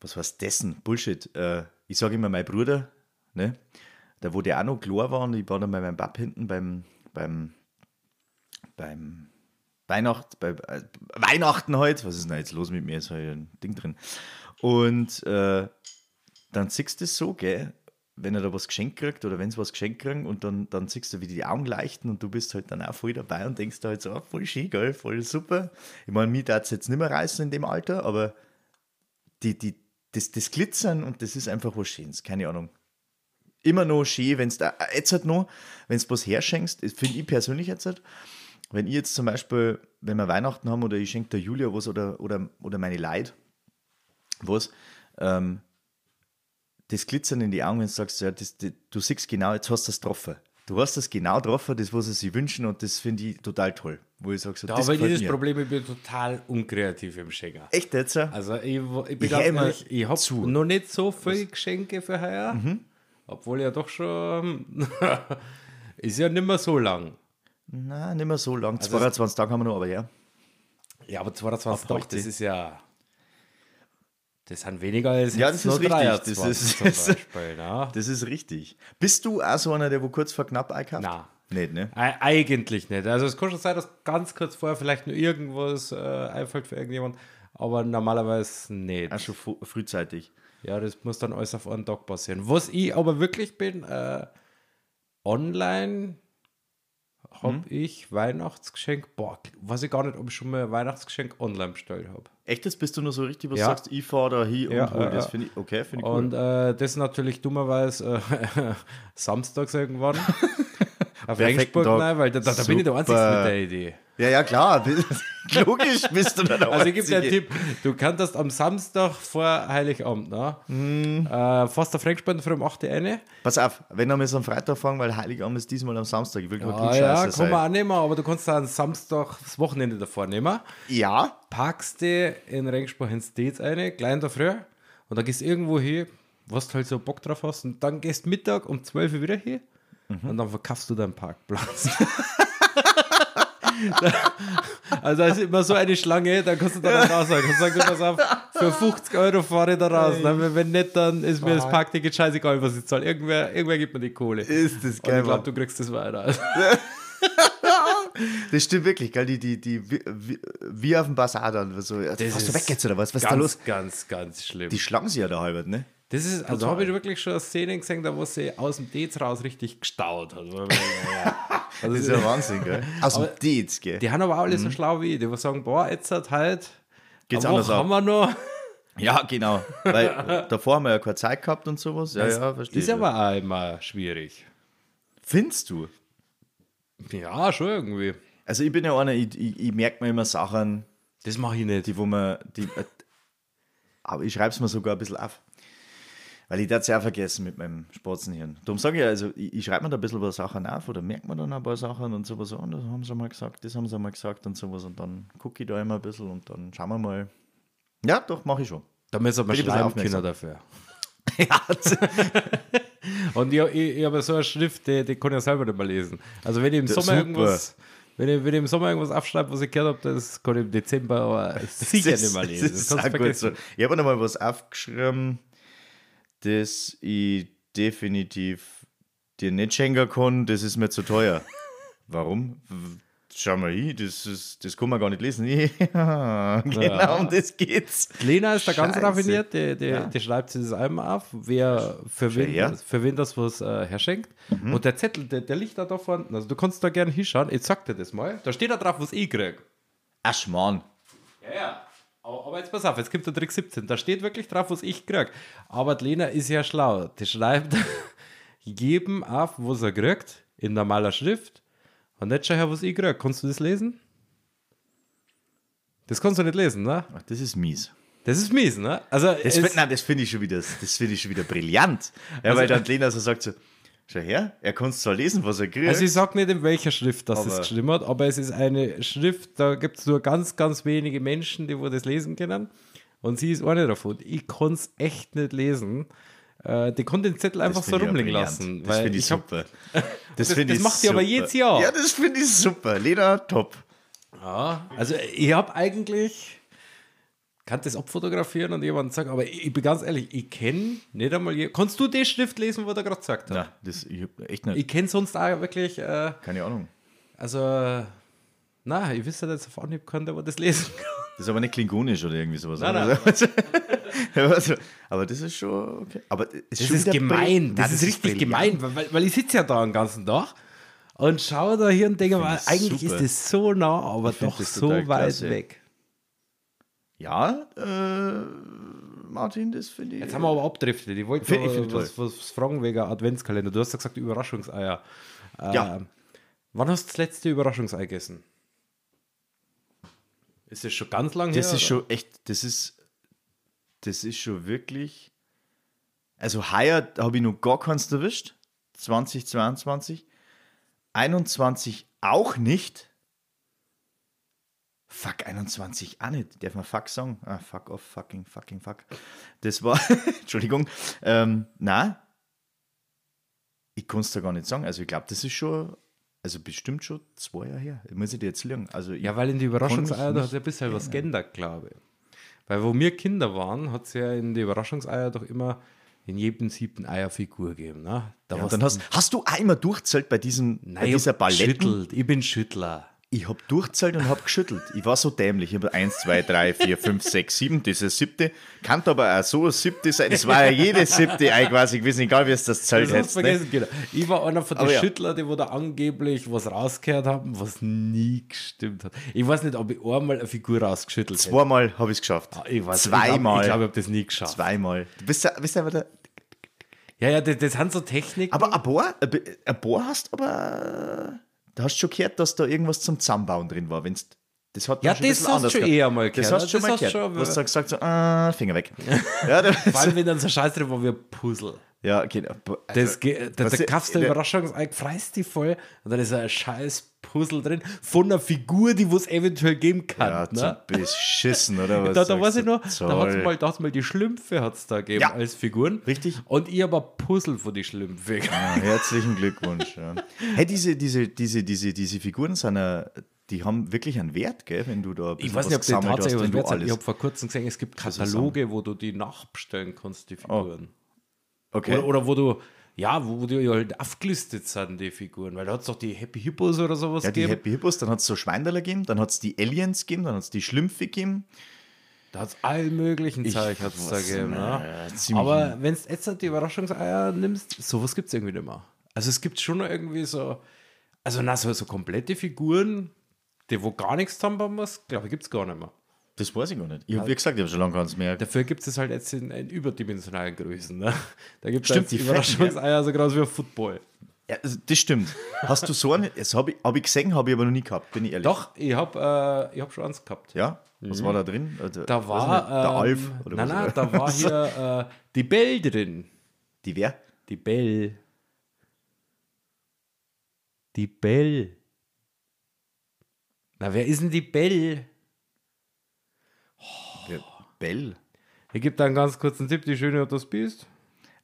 [SPEAKER 2] was heißt dessen? Bullshit. Äh, ich sage immer, mein Bruder, ne? Da wo der auch noch klar war und ich war dann bei meinem Pap hinten beim, beim, beim Weihnacht, bei, äh, Weihnachten heute, was ist denn jetzt los mit mir? Ist halt ein Ding drin. Und äh, dann siehst du es so, gell? Wenn er da was geschenkt kriegt oder wenn sie was geschenkt kriegen und dann, dann siehst du, wie die Augen leuchten und du bist halt dann auch voll dabei und denkst da halt so, ah, voll schön, gell, voll super. Ich meine, mich darf es jetzt nicht mehr reißen in dem Alter, aber die, die, das, das Glitzern und das ist einfach was Schönes, keine Ahnung. Immer noch schön, wenn es da, äh, jetzt halt noch, wenn es was herschenkst, das finde ich persönlich jetzt halt, wenn ich jetzt zum Beispiel, wenn wir Weihnachten haben oder ich schenke der Julia was oder, oder, oder meine Leid was, ähm, das Glitzern in die Augen, wenn du sagst, ja, das, das, du siehst genau, jetzt hast du das getroffen. Du hast das genau getroffen, das, was sie sich wünschen und das finde ich total toll. Wo ich sage, so,
[SPEAKER 1] Da
[SPEAKER 2] das
[SPEAKER 1] habe ich
[SPEAKER 2] gefällt
[SPEAKER 1] dieses
[SPEAKER 2] mir.
[SPEAKER 1] Problem, ich bin total unkreativ im Schenker.
[SPEAKER 2] Echt jetzt? ja?
[SPEAKER 1] Also ich, wo- ich bin
[SPEAKER 2] Ich
[SPEAKER 1] ganz
[SPEAKER 2] hör mal
[SPEAKER 1] ehrlich, ich
[SPEAKER 2] zu.
[SPEAKER 1] habe noch nicht so viele Geschenke für heuer, obwohl ja doch schon ist ja nicht mehr so lang.
[SPEAKER 2] Nein, nicht mehr so lang.
[SPEAKER 1] Also
[SPEAKER 2] 22 Tage haben wir noch, aber ja.
[SPEAKER 1] Ja, aber 22 Tage, das ist ja. Das sind weniger als
[SPEAKER 2] Ja,
[SPEAKER 1] jetzt
[SPEAKER 2] das
[SPEAKER 1] nur
[SPEAKER 2] ist richtig. Das
[SPEAKER 1] 23
[SPEAKER 2] ist-
[SPEAKER 1] zum Beispiel, ne?
[SPEAKER 2] Das ist richtig. Bist du auch so einer, der wo kurz vor knapp einkauft?
[SPEAKER 1] Na.
[SPEAKER 2] Nicht, ne?
[SPEAKER 1] Ei- Eigentlich nicht. Also es kann schon sein, dass ganz kurz vorher vielleicht nur irgendwas äh, einfällt für irgendjemand, aber normalerweise nicht.
[SPEAKER 2] Auch schon fu- frühzeitig.
[SPEAKER 1] Ja, das muss dann alles auf einen Tag passieren. Was ich aber wirklich bin, äh, online habe
[SPEAKER 2] Mhm.
[SPEAKER 1] ich Weihnachtsgeschenk, boah, weiß ich gar nicht, ob ich schon mal ein Weihnachtsgeschenk online bestellt habe.
[SPEAKER 2] Echt, jetzt bist du nur so richtig, was
[SPEAKER 1] Ja.
[SPEAKER 2] du sagst, ich fahr da hin
[SPEAKER 1] Ja,
[SPEAKER 2] und hol.
[SPEAKER 1] ja,
[SPEAKER 2] Das
[SPEAKER 1] ja.
[SPEAKER 2] finde ich, okay, finde ich
[SPEAKER 1] Und
[SPEAKER 2] cool.
[SPEAKER 1] äh, das natürlich dummerweise äh, samstags irgendwann. auf
[SPEAKER 2] Perfekten
[SPEAKER 1] Regensburg,
[SPEAKER 2] Tag.
[SPEAKER 1] nein, weil da, da, da bin ich der Einzige
[SPEAKER 2] Super.
[SPEAKER 1] mit der Idee.
[SPEAKER 2] Ja, ja, klar. Logisch bist du da der
[SPEAKER 1] Also ich gebe dir einen
[SPEAKER 2] Einzige.
[SPEAKER 1] Tipp, du kanntest am Samstag vor Heiligabend, ne? Äh, fast auf Regensburg früh um 8 Uhr eine.
[SPEAKER 2] Pass auf, wenn wir es am Freitag fangen, weil Heiligabend ist diesmal am Samstag. Ich will gerade
[SPEAKER 1] Ah,
[SPEAKER 2] klug
[SPEAKER 1] ja,
[SPEAKER 2] scheiße
[SPEAKER 1] kann
[SPEAKER 2] sein.
[SPEAKER 1] man auch nehmen, aber du kannst auch am Samstag das Wochenende davor nehmen.
[SPEAKER 2] Ja,
[SPEAKER 1] Packst du in Regensburg ins Dates eine, klein da früh, und dann gehst du irgendwo hin, was du halt so Bock drauf hast, und dann gehst Mittag um 12 Uhr wieder hin und dann verkaufst du deinen Parkplatz. Also da ist immer so eine Schlange, dann kannst du da noch raus sagen. Kannst sagen, du pass auf, für 50 Euro fahre ich da raus. Na, wenn- wenn nicht, dann ist mir das Parkticket scheißegal, was ich zahle. Irgendwer, irgendwer gibt mir die Kohle. und
[SPEAKER 2] ist das geil.
[SPEAKER 1] ich glaube,
[SPEAKER 2] Mann.
[SPEAKER 1] du kriegst das weiter.
[SPEAKER 2] das stimmt wirklich, gell? Die, die, die, wie- wie, wie auf dem Basar dann. So, das
[SPEAKER 1] Das
[SPEAKER 2] hast du
[SPEAKER 1] ist
[SPEAKER 2] weg jetzt oder was? Was ist
[SPEAKER 1] ganz,
[SPEAKER 2] da los?
[SPEAKER 1] Ganz, ganz schlimm.
[SPEAKER 2] Die schlagen sie ja da halber, ne?
[SPEAKER 1] das ist, also habe ich wirklich schon Szenen gesehen, da wo sie aus dem Dez raus richtig gestaut hat. also,
[SPEAKER 2] Das ist ja Wahnsinn, gell? Aus dem Deeds, gell?
[SPEAKER 1] die haben aber auch alle so schlau wie ich. Die die sagen, boah, jetzt hat halt.
[SPEAKER 2] Mhm. Geht's
[SPEAKER 1] am
[SPEAKER 2] anders
[SPEAKER 1] Wochenende
[SPEAKER 2] ab.
[SPEAKER 1] haben wir noch.
[SPEAKER 2] Ja, genau. Weil davor haben wir ja keine Zeit gehabt und sowas. Ja, ja, verstehe.
[SPEAKER 1] Ist aber auch immer schwierig.
[SPEAKER 2] Findest du?
[SPEAKER 1] Ja, schon irgendwie.
[SPEAKER 2] Also ich bin ja einer, ich, ich, ich merke mir immer Sachen,
[SPEAKER 1] Das mache ich nicht.
[SPEAKER 2] die, wo man, die, äh, aber ich schreibe es mir sogar ein bisschen auf. Weil ich das ja vergessen mit meinem Spatzenhirn. Darum sage ich ja, also ich, ich schreibe mir da ein bisschen über Sachen auf oder merke mir dann ein paar Sachen und sowas. Und das haben sie mal gesagt, das haben sie mal gesagt und sowas. Und dann gucke ich da immer ein bisschen und dann schauen wir mal. Ja, doch, mache ich schon.
[SPEAKER 1] Da müssen wir
[SPEAKER 2] Bin ich ein
[SPEAKER 1] schreiben
[SPEAKER 2] bisschen
[SPEAKER 1] können dafür. Und ich, ich, ich habe so eine Schrift, die, die kann ich ja selber nicht mehr lesen. Also wenn ich im
[SPEAKER 2] Das ist
[SPEAKER 1] Sommer
[SPEAKER 2] super.
[SPEAKER 1] irgendwas, wenn ich, wenn ich im Sommer irgendwas aufschreibe, was ich gehört habe, das kann ich im Dezember aber sicher
[SPEAKER 2] Das-
[SPEAKER 1] nicht mehr lesen.
[SPEAKER 2] Das
[SPEAKER 1] Das
[SPEAKER 2] ist
[SPEAKER 1] kannst du
[SPEAKER 2] auch gut so.
[SPEAKER 1] vergessen.
[SPEAKER 2] Ich habe noch mal was aufgeschrieben, das ich definitiv dir nicht schenken kann, das ist mir zu teuer. Warum? W- Schau mal hin, das, ist, das kann man gar nicht lesen. Ja, genau, um das geht's.
[SPEAKER 1] Lena ist da ganz
[SPEAKER 2] Scheiße.
[SPEAKER 1] raffiniert, die, die, die schreibt sich das einmal auf, wer für wen,
[SPEAKER 2] her.
[SPEAKER 1] für wen das was äh, herschenkt.
[SPEAKER 2] Mhm.
[SPEAKER 1] Und der Zettel, der, der liegt da da vorne. Also du kannst da gerne hinschauen. Ich sag dir das mal. Da steht da drauf, was ich kriege.
[SPEAKER 2] Ach, Mann.
[SPEAKER 1] Ja, ja. Aber, aber jetzt pass auf, jetzt kommt der Trick 17. Da steht wirklich drauf, was ich krieg. Aber die Lena ist ja schlau. Die schreibt jedem auf, was er kriegt, in normaler Schrift. Und jetzt schau her, was ich krieg. Kannst du das lesen? Das kannst du nicht lesen, ne?
[SPEAKER 2] Ach, das ist mies.
[SPEAKER 1] Das ist mies, ne? Also,
[SPEAKER 2] Das,
[SPEAKER 1] es- Also
[SPEAKER 2] find- nein, das finde ich schon wieder, das finde ich schon wieder brillant. Ja, weil dann Lena so sagt so, schau her, er kann zwar lesen, was er kriegt.
[SPEAKER 1] also ich sag nicht, in welcher Schrift das
[SPEAKER 2] Aber-
[SPEAKER 1] das geschrieben hat, aber es ist eine Schrift, da gibt es nur ganz, ganz wenige Menschen, die wo das lesen können. Und sie ist eine davon. Ich kann es echt nicht lesen. Äh, die konnte den Zettel einfach
[SPEAKER 2] Das
[SPEAKER 1] so
[SPEAKER 2] find ich ja
[SPEAKER 1] rumliegen
[SPEAKER 2] brillant.
[SPEAKER 1] lassen.
[SPEAKER 2] Das
[SPEAKER 1] weil
[SPEAKER 2] finde ich,
[SPEAKER 1] hab-
[SPEAKER 2] super. Das,
[SPEAKER 1] das-
[SPEAKER 2] find
[SPEAKER 1] das macht ihr aber jedes Jahr.
[SPEAKER 2] Ja, das finde ich super. Lena, top.
[SPEAKER 1] Ja, also ich habe eigentlich, kann das abfotografieren und jemand sagt, aber ich, ich bin ganz ehrlich, ich kenne nicht einmal, je- kannst du die Schrift lesen, was er gerade gesagt hat?
[SPEAKER 2] Na, das ich hab echt nicht.
[SPEAKER 1] Ich kenne sonst auch wirklich, äh,
[SPEAKER 2] Keine Ahnung.
[SPEAKER 1] also, na, ich wüsste jetzt auf Anhieb, könnte aber das lesen.
[SPEAKER 2] Das ist aber nicht klingonisch oder irgendwie sowas.
[SPEAKER 1] Nein,
[SPEAKER 2] oder? Also, aber das ist schon okay. Aber es ist
[SPEAKER 1] Das
[SPEAKER 2] schon
[SPEAKER 1] ist
[SPEAKER 2] wieder brill-
[SPEAKER 1] gemein,
[SPEAKER 2] Nein,
[SPEAKER 1] das, ist, richtig
[SPEAKER 2] brillant.
[SPEAKER 1] gemein, weil, weil ich sitze ja da den ganzen Tag und schaue da hier und denke mal,
[SPEAKER 2] das
[SPEAKER 1] eigentlich
[SPEAKER 2] super.
[SPEAKER 1] ist das so nah, aber
[SPEAKER 2] find
[SPEAKER 1] doch
[SPEAKER 2] das
[SPEAKER 1] so
[SPEAKER 2] total
[SPEAKER 1] weit
[SPEAKER 2] klasse.
[SPEAKER 1] weg.
[SPEAKER 2] Ja, äh, Martin, das finde ich.
[SPEAKER 1] Jetzt haben wir aber abdriftet. Ich wollte
[SPEAKER 2] Find- ich
[SPEAKER 1] noch
[SPEAKER 2] find
[SPEAKER 1] was, was fragen wegen Adventskalender. Du hast ja gesagt Überraschungseier. Äh,
[SPEAKER 2] Ja.
[SPEAKER 1] Wann hast du das letzte Überraschungsei gegessen? Ist das schon ganz lang
[SPEAKER 2] das
[SPEAKER 1] her?
[SPEAKER 2] ist schon echt, das ist, das ist schon wirklich. Also heuer habe ich noch gar keins erwischt. 2022. 21 auch nicht. Fuck, 21 auch nicht. Darf man fuck sagen? Ah, fuck off, fucking, fucking, fuck. Das war, Entschuldigung, ähm, na, ich kann es da gar nicht sagen. Also ich glaube, das ist schon also bestimmt schon zwei Jahre her. Muss ich dir jetzt lernen. Also ich
[SPEAKER 1] Ja, weil in die
[SPEAKER 2] Kann
[SPEAKER 1] Überraschungseier,
[SPEAKER 2] mich
[SPEAKER 1] da
[SPEAKER 2] nicht
[SPEAKER 1] hat ja ein bisschen was geändert, glaube ich. Weil wo wir Kinder waren, hat es ja in die Überraschungseier doch immer in jedem siebten Eier Figur gegeben. Ne? Da
[SPEAKER 2] Ja,
[SPEAKER 1] war's-
[SPEAKER 2] dann hast, hast du einmal durchzählt bei, diesen, bei
[SPEAKER 1] ich
[SPEAKER 2] dieser
[SPEAKER 1] hab
[SPEAKER 2] Ballette.
[SPEAKER 1] geschüttelt. Ich bin Schüttler.
[SPEAKER 2] Ich habe durchzählt und habe geschüttelt. Ich war so dämlich. Ich habe 1, 2, 3, 4, 5, 6, 7, dieses siebte. Kann aber auch so ein siebte sein. Es war ja jedes siebte Ei quasi gewesen, egal wie es das zählt
[SPEAKER 1] Das hast
[SPEAKER 2] hättest.
[SPEAKER 1] du
[SPEAKER 2] Ne?
[SPEAKER 1] vergessen, genau. Ich war einer von den
[SPEAKER 2] Aber ja.
[SPEAKER 1] Schüttlern, die wo da angeblich was rausgehört haben, was nie gestimmt hat. Ich weiß nicht, ob ich einmal eine Figur rausgeschüttelt hätte.
[SPEAKER 2] Zweimal habe ich es geschafft.
[SPEAKER 1] Ah, Ich weiß,
[SPEAKER 2] Zweimal.
[SPEAKER 1] Ich glaube, ich, glaub, ich habe das nie geschafft.
[SPEAKER 2] Zweimal. Du bist ja, bist ja aber der,
[SPEAKER 1] Ja, ja, das, das sind so Techniken.
[SPEAKER 2] aber ein Bohr, ein Bi- ein Bohr hast, aber äh, da hast du schon gehört, dass da irgendwas zum Zusammenbauen drin war. Wenn's, das hat
[SPEAKER 1] Ja,
[SPEAKER 2] dann schon ein
[SPEAKER 1] das
[SPEAKER 2] bisschen
[SPEAKER 1] hast
[SPEAKER 2] anders
[SPEAKER 1] du
[SPEAKER 2] gehabt.
[SPEAKER 1] eher mal
[SPEAKER 2] Das
[SPEAKER 1] gehört. Also
[SPEAKER 2] hast du schon
[SPEAKER 1] Das
[SPEAKER 2] mal
[SPEAKER 1] hast
[SPEAKER 2] gehört.
[SPEAKER 1] schon-
[SPEAKER 2] Du hast da gesagt, so, ah, Finger weg. Ja, du,
[SPEAKER 1] Vor allem, wenn dann so Scheiß drin war wie ein Puzzle.
[SPEAKER 2] ja genau.
[SPEAKER 1] Das, ge- da,
[SPEAKER 2] was
[SPEAKER 1] da
[SPEAKER 2] ist-
[SPEAKER 1] kaufst du
[SPEAKER 2] in
[SPEAKER 1] eine
[SPEAKER 2] der-
[SPEAKER 1] Überraschung, freist die voll und dann ist ein scheiß Puzzle drin von einer Figur, die es eventuell geben kann.
[SPEAKER 2] Ja, zum
[SPEAKER 1] ne?
[SPEAKER 2] Beschissen, oder was?
[SPEAKER 1] Da, da
[SPEAKER 2] sagst
[SPEAKER 1] weiß ich
[SPEAKER 2] du?
[SPEAKER 1] noch, da hat
[SPEAKER 2] Toll.
[SPEAKER 1] es mal, da hat's mal die Schlümpfe hat's da gegeben
[SPEAKER 2] Ja.
[SPEAKER 1] als Figuren.
[SPEAKER 2] Richtig.
[SPEAKER 1] Und ich aber Puzzle von die Schlümpfe.
[SPEAKER 2] Ah, herzlichen Glückwunsch. Ja. Hey, diese, diese, diese, diese, diese Figuren sind ja, die haben wirklich einen Wert, gell, wenn du da ein
[SPEAKER 1] Ich
[SPEAKER 2] bisschen
[SPEAKER 1] weiß nicht, ob die
[SPEAKER 2] gesammelt
[SPEAKER 1] tatsächlich was
[SPEAKER 2] wenn du
[SPEAKER 1] wert sind. Ich
[SPEAKER 2] alles.
[SPEAKER 1] habe vor kurzem gesehen, es gibt Kataloge, wo du die nachbestellen kannst, die Figuren.
[SPEAKER 2] Oh, Okay.
[SPEAKER 1] Oder, oder wo du, ja, wo, wo die halt aufgelistet sind, die Figuren. Weil da hat es doch die Happy Hippos oder sowas
[SPEAKER 2] ja, die
[SPEAKER 1] gegeben.
[SPEAKER 2] Happy Hippos, dann hat es so Schweinderler gegeben, dann hat es die Aliens gegeben, dann hat es die Schlümpfe gegeben.
[SPEAKER 1] Da hat es all möglichen Zeug hat's da
[SPEAKER 2] weiß
[SPEAKER 1] gegeben.
[SPEAKER 2] nicht,
[SPEAKER 1] Ne?
[SPEAKER 2] ja, ziemlich-
[SPEAKER 1] Aber wenn du jetzt halt die Überraschungseier nimmst, sowas gibt es irgendwie nicht mehr. Also es gibt schon noch irgendwie so, also na, so, so komplette Figuren, die wo gar nichts zusammenbauen muss, glaube ich, gibt es gar nicht mehr.
[SPEAKER 2] Das weiß ich gar nicht. Ich hab, wie gesagt, ich habe schon lange keins mehr.
[SPEAKER 1] Dafür gibt es halt jetzt in, in überdimensionalen Größen. Ne? Da gibt
[SPEAKER 2] Stimmt,
[SPEAKER 1] es
[SPEAKER 2] die
[SPEAKER 1] jetzt
[SPEAKER 2] Fetten,
[SPEAKER 1] Überraschungseier so groß wie ein Football.
[SPEAKER 2] Ja, also, das stimmt. Hast du so einen? Das habe ich, hab ich gesehen, habe ich aber noch nie gehabt, bin ich ehrlich.
[SPEAKER 1] Doch, ich habe äh, ich hab schon eins gehabt.
[SPEAKER 2] Ja? Was war da drin? Also, weiß
[SPEAKER 1] Da
[SPEAKER 2] ich
[SPEAKER 1] war.
[SPEAKER 2] nicht, der Alf.
[SPEAKER 1] ähm,
[SPEAKER 2] Oder
[SPEAKER 1] nein,
[SPEAKER 2] was?
[SPEAKER 1] nein, da war hier äh, die Bell drin.
[SPEAKER 2] Die wer?
[SPEAKER 1] Die Bell. Die Bell. Na, wer ist denn die Bell?
[SPEAKER 2] Wer- Bell.
[SPEAKER 1] Ich gebe da einen ganz kurzen Tipp, die schöne hat das Biest.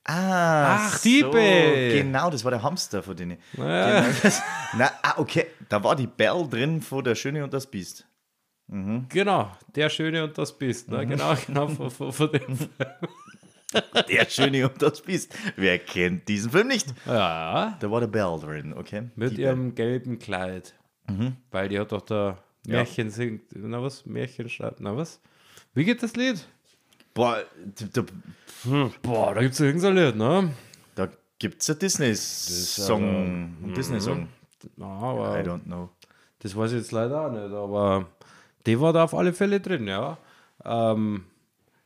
[SPEAKER 2] Ah,
[SPEAKER 1] Ach, die Bell.
[SPEAKER 2] Genau, das war der Hamster von denen.
[SPEAKER 1] Ja.
[SPEAKER 2] Genau das. Na, ah, okay, da war die Bell drin vor der Schöne und das Biest.
[SPEAKER 1] Genau, der Schöne und das Biest. Ne? Genau, genau, von, von, von dem.
[SPEAKER 2] Der Schöne und das Biest. Wer kennt diesen Film nicht?
[SPEAKER 1] Ja.
[SPEAKER 2] Da war der Bell drin, okay?
[SPEAKER 1] Mit
[SPEAKER 2] die Bell.
[SPEAKER 1] ihrem gelben Kleid. Weil die hat doch da Märchen singt. Na was? Märchen schreibt. Na was? Wie geht das Lied?
[SPEAKER 2] Boah, da, da,
[SPEAKER 1] Boah, da gibt es irgendein Lied, ne?
[SPEAKER 2] da gibt es ja
[SPEAKER 1] also-
[SPEAKER 2] Disney-Song. Ein
[SPEAKER 1] Mhm.
[SPEAKER 2] Disney-Song.
[SPEAKER 1] Na,
[SPEAKER 2] I
[SPEAKER 1] aber
[SPEAKER 2] don't know.
[SPEAKER 1] das weiß ich jetzt leider auch nicht. Aber die war da auf alle Fälle drin, ja. Ähm,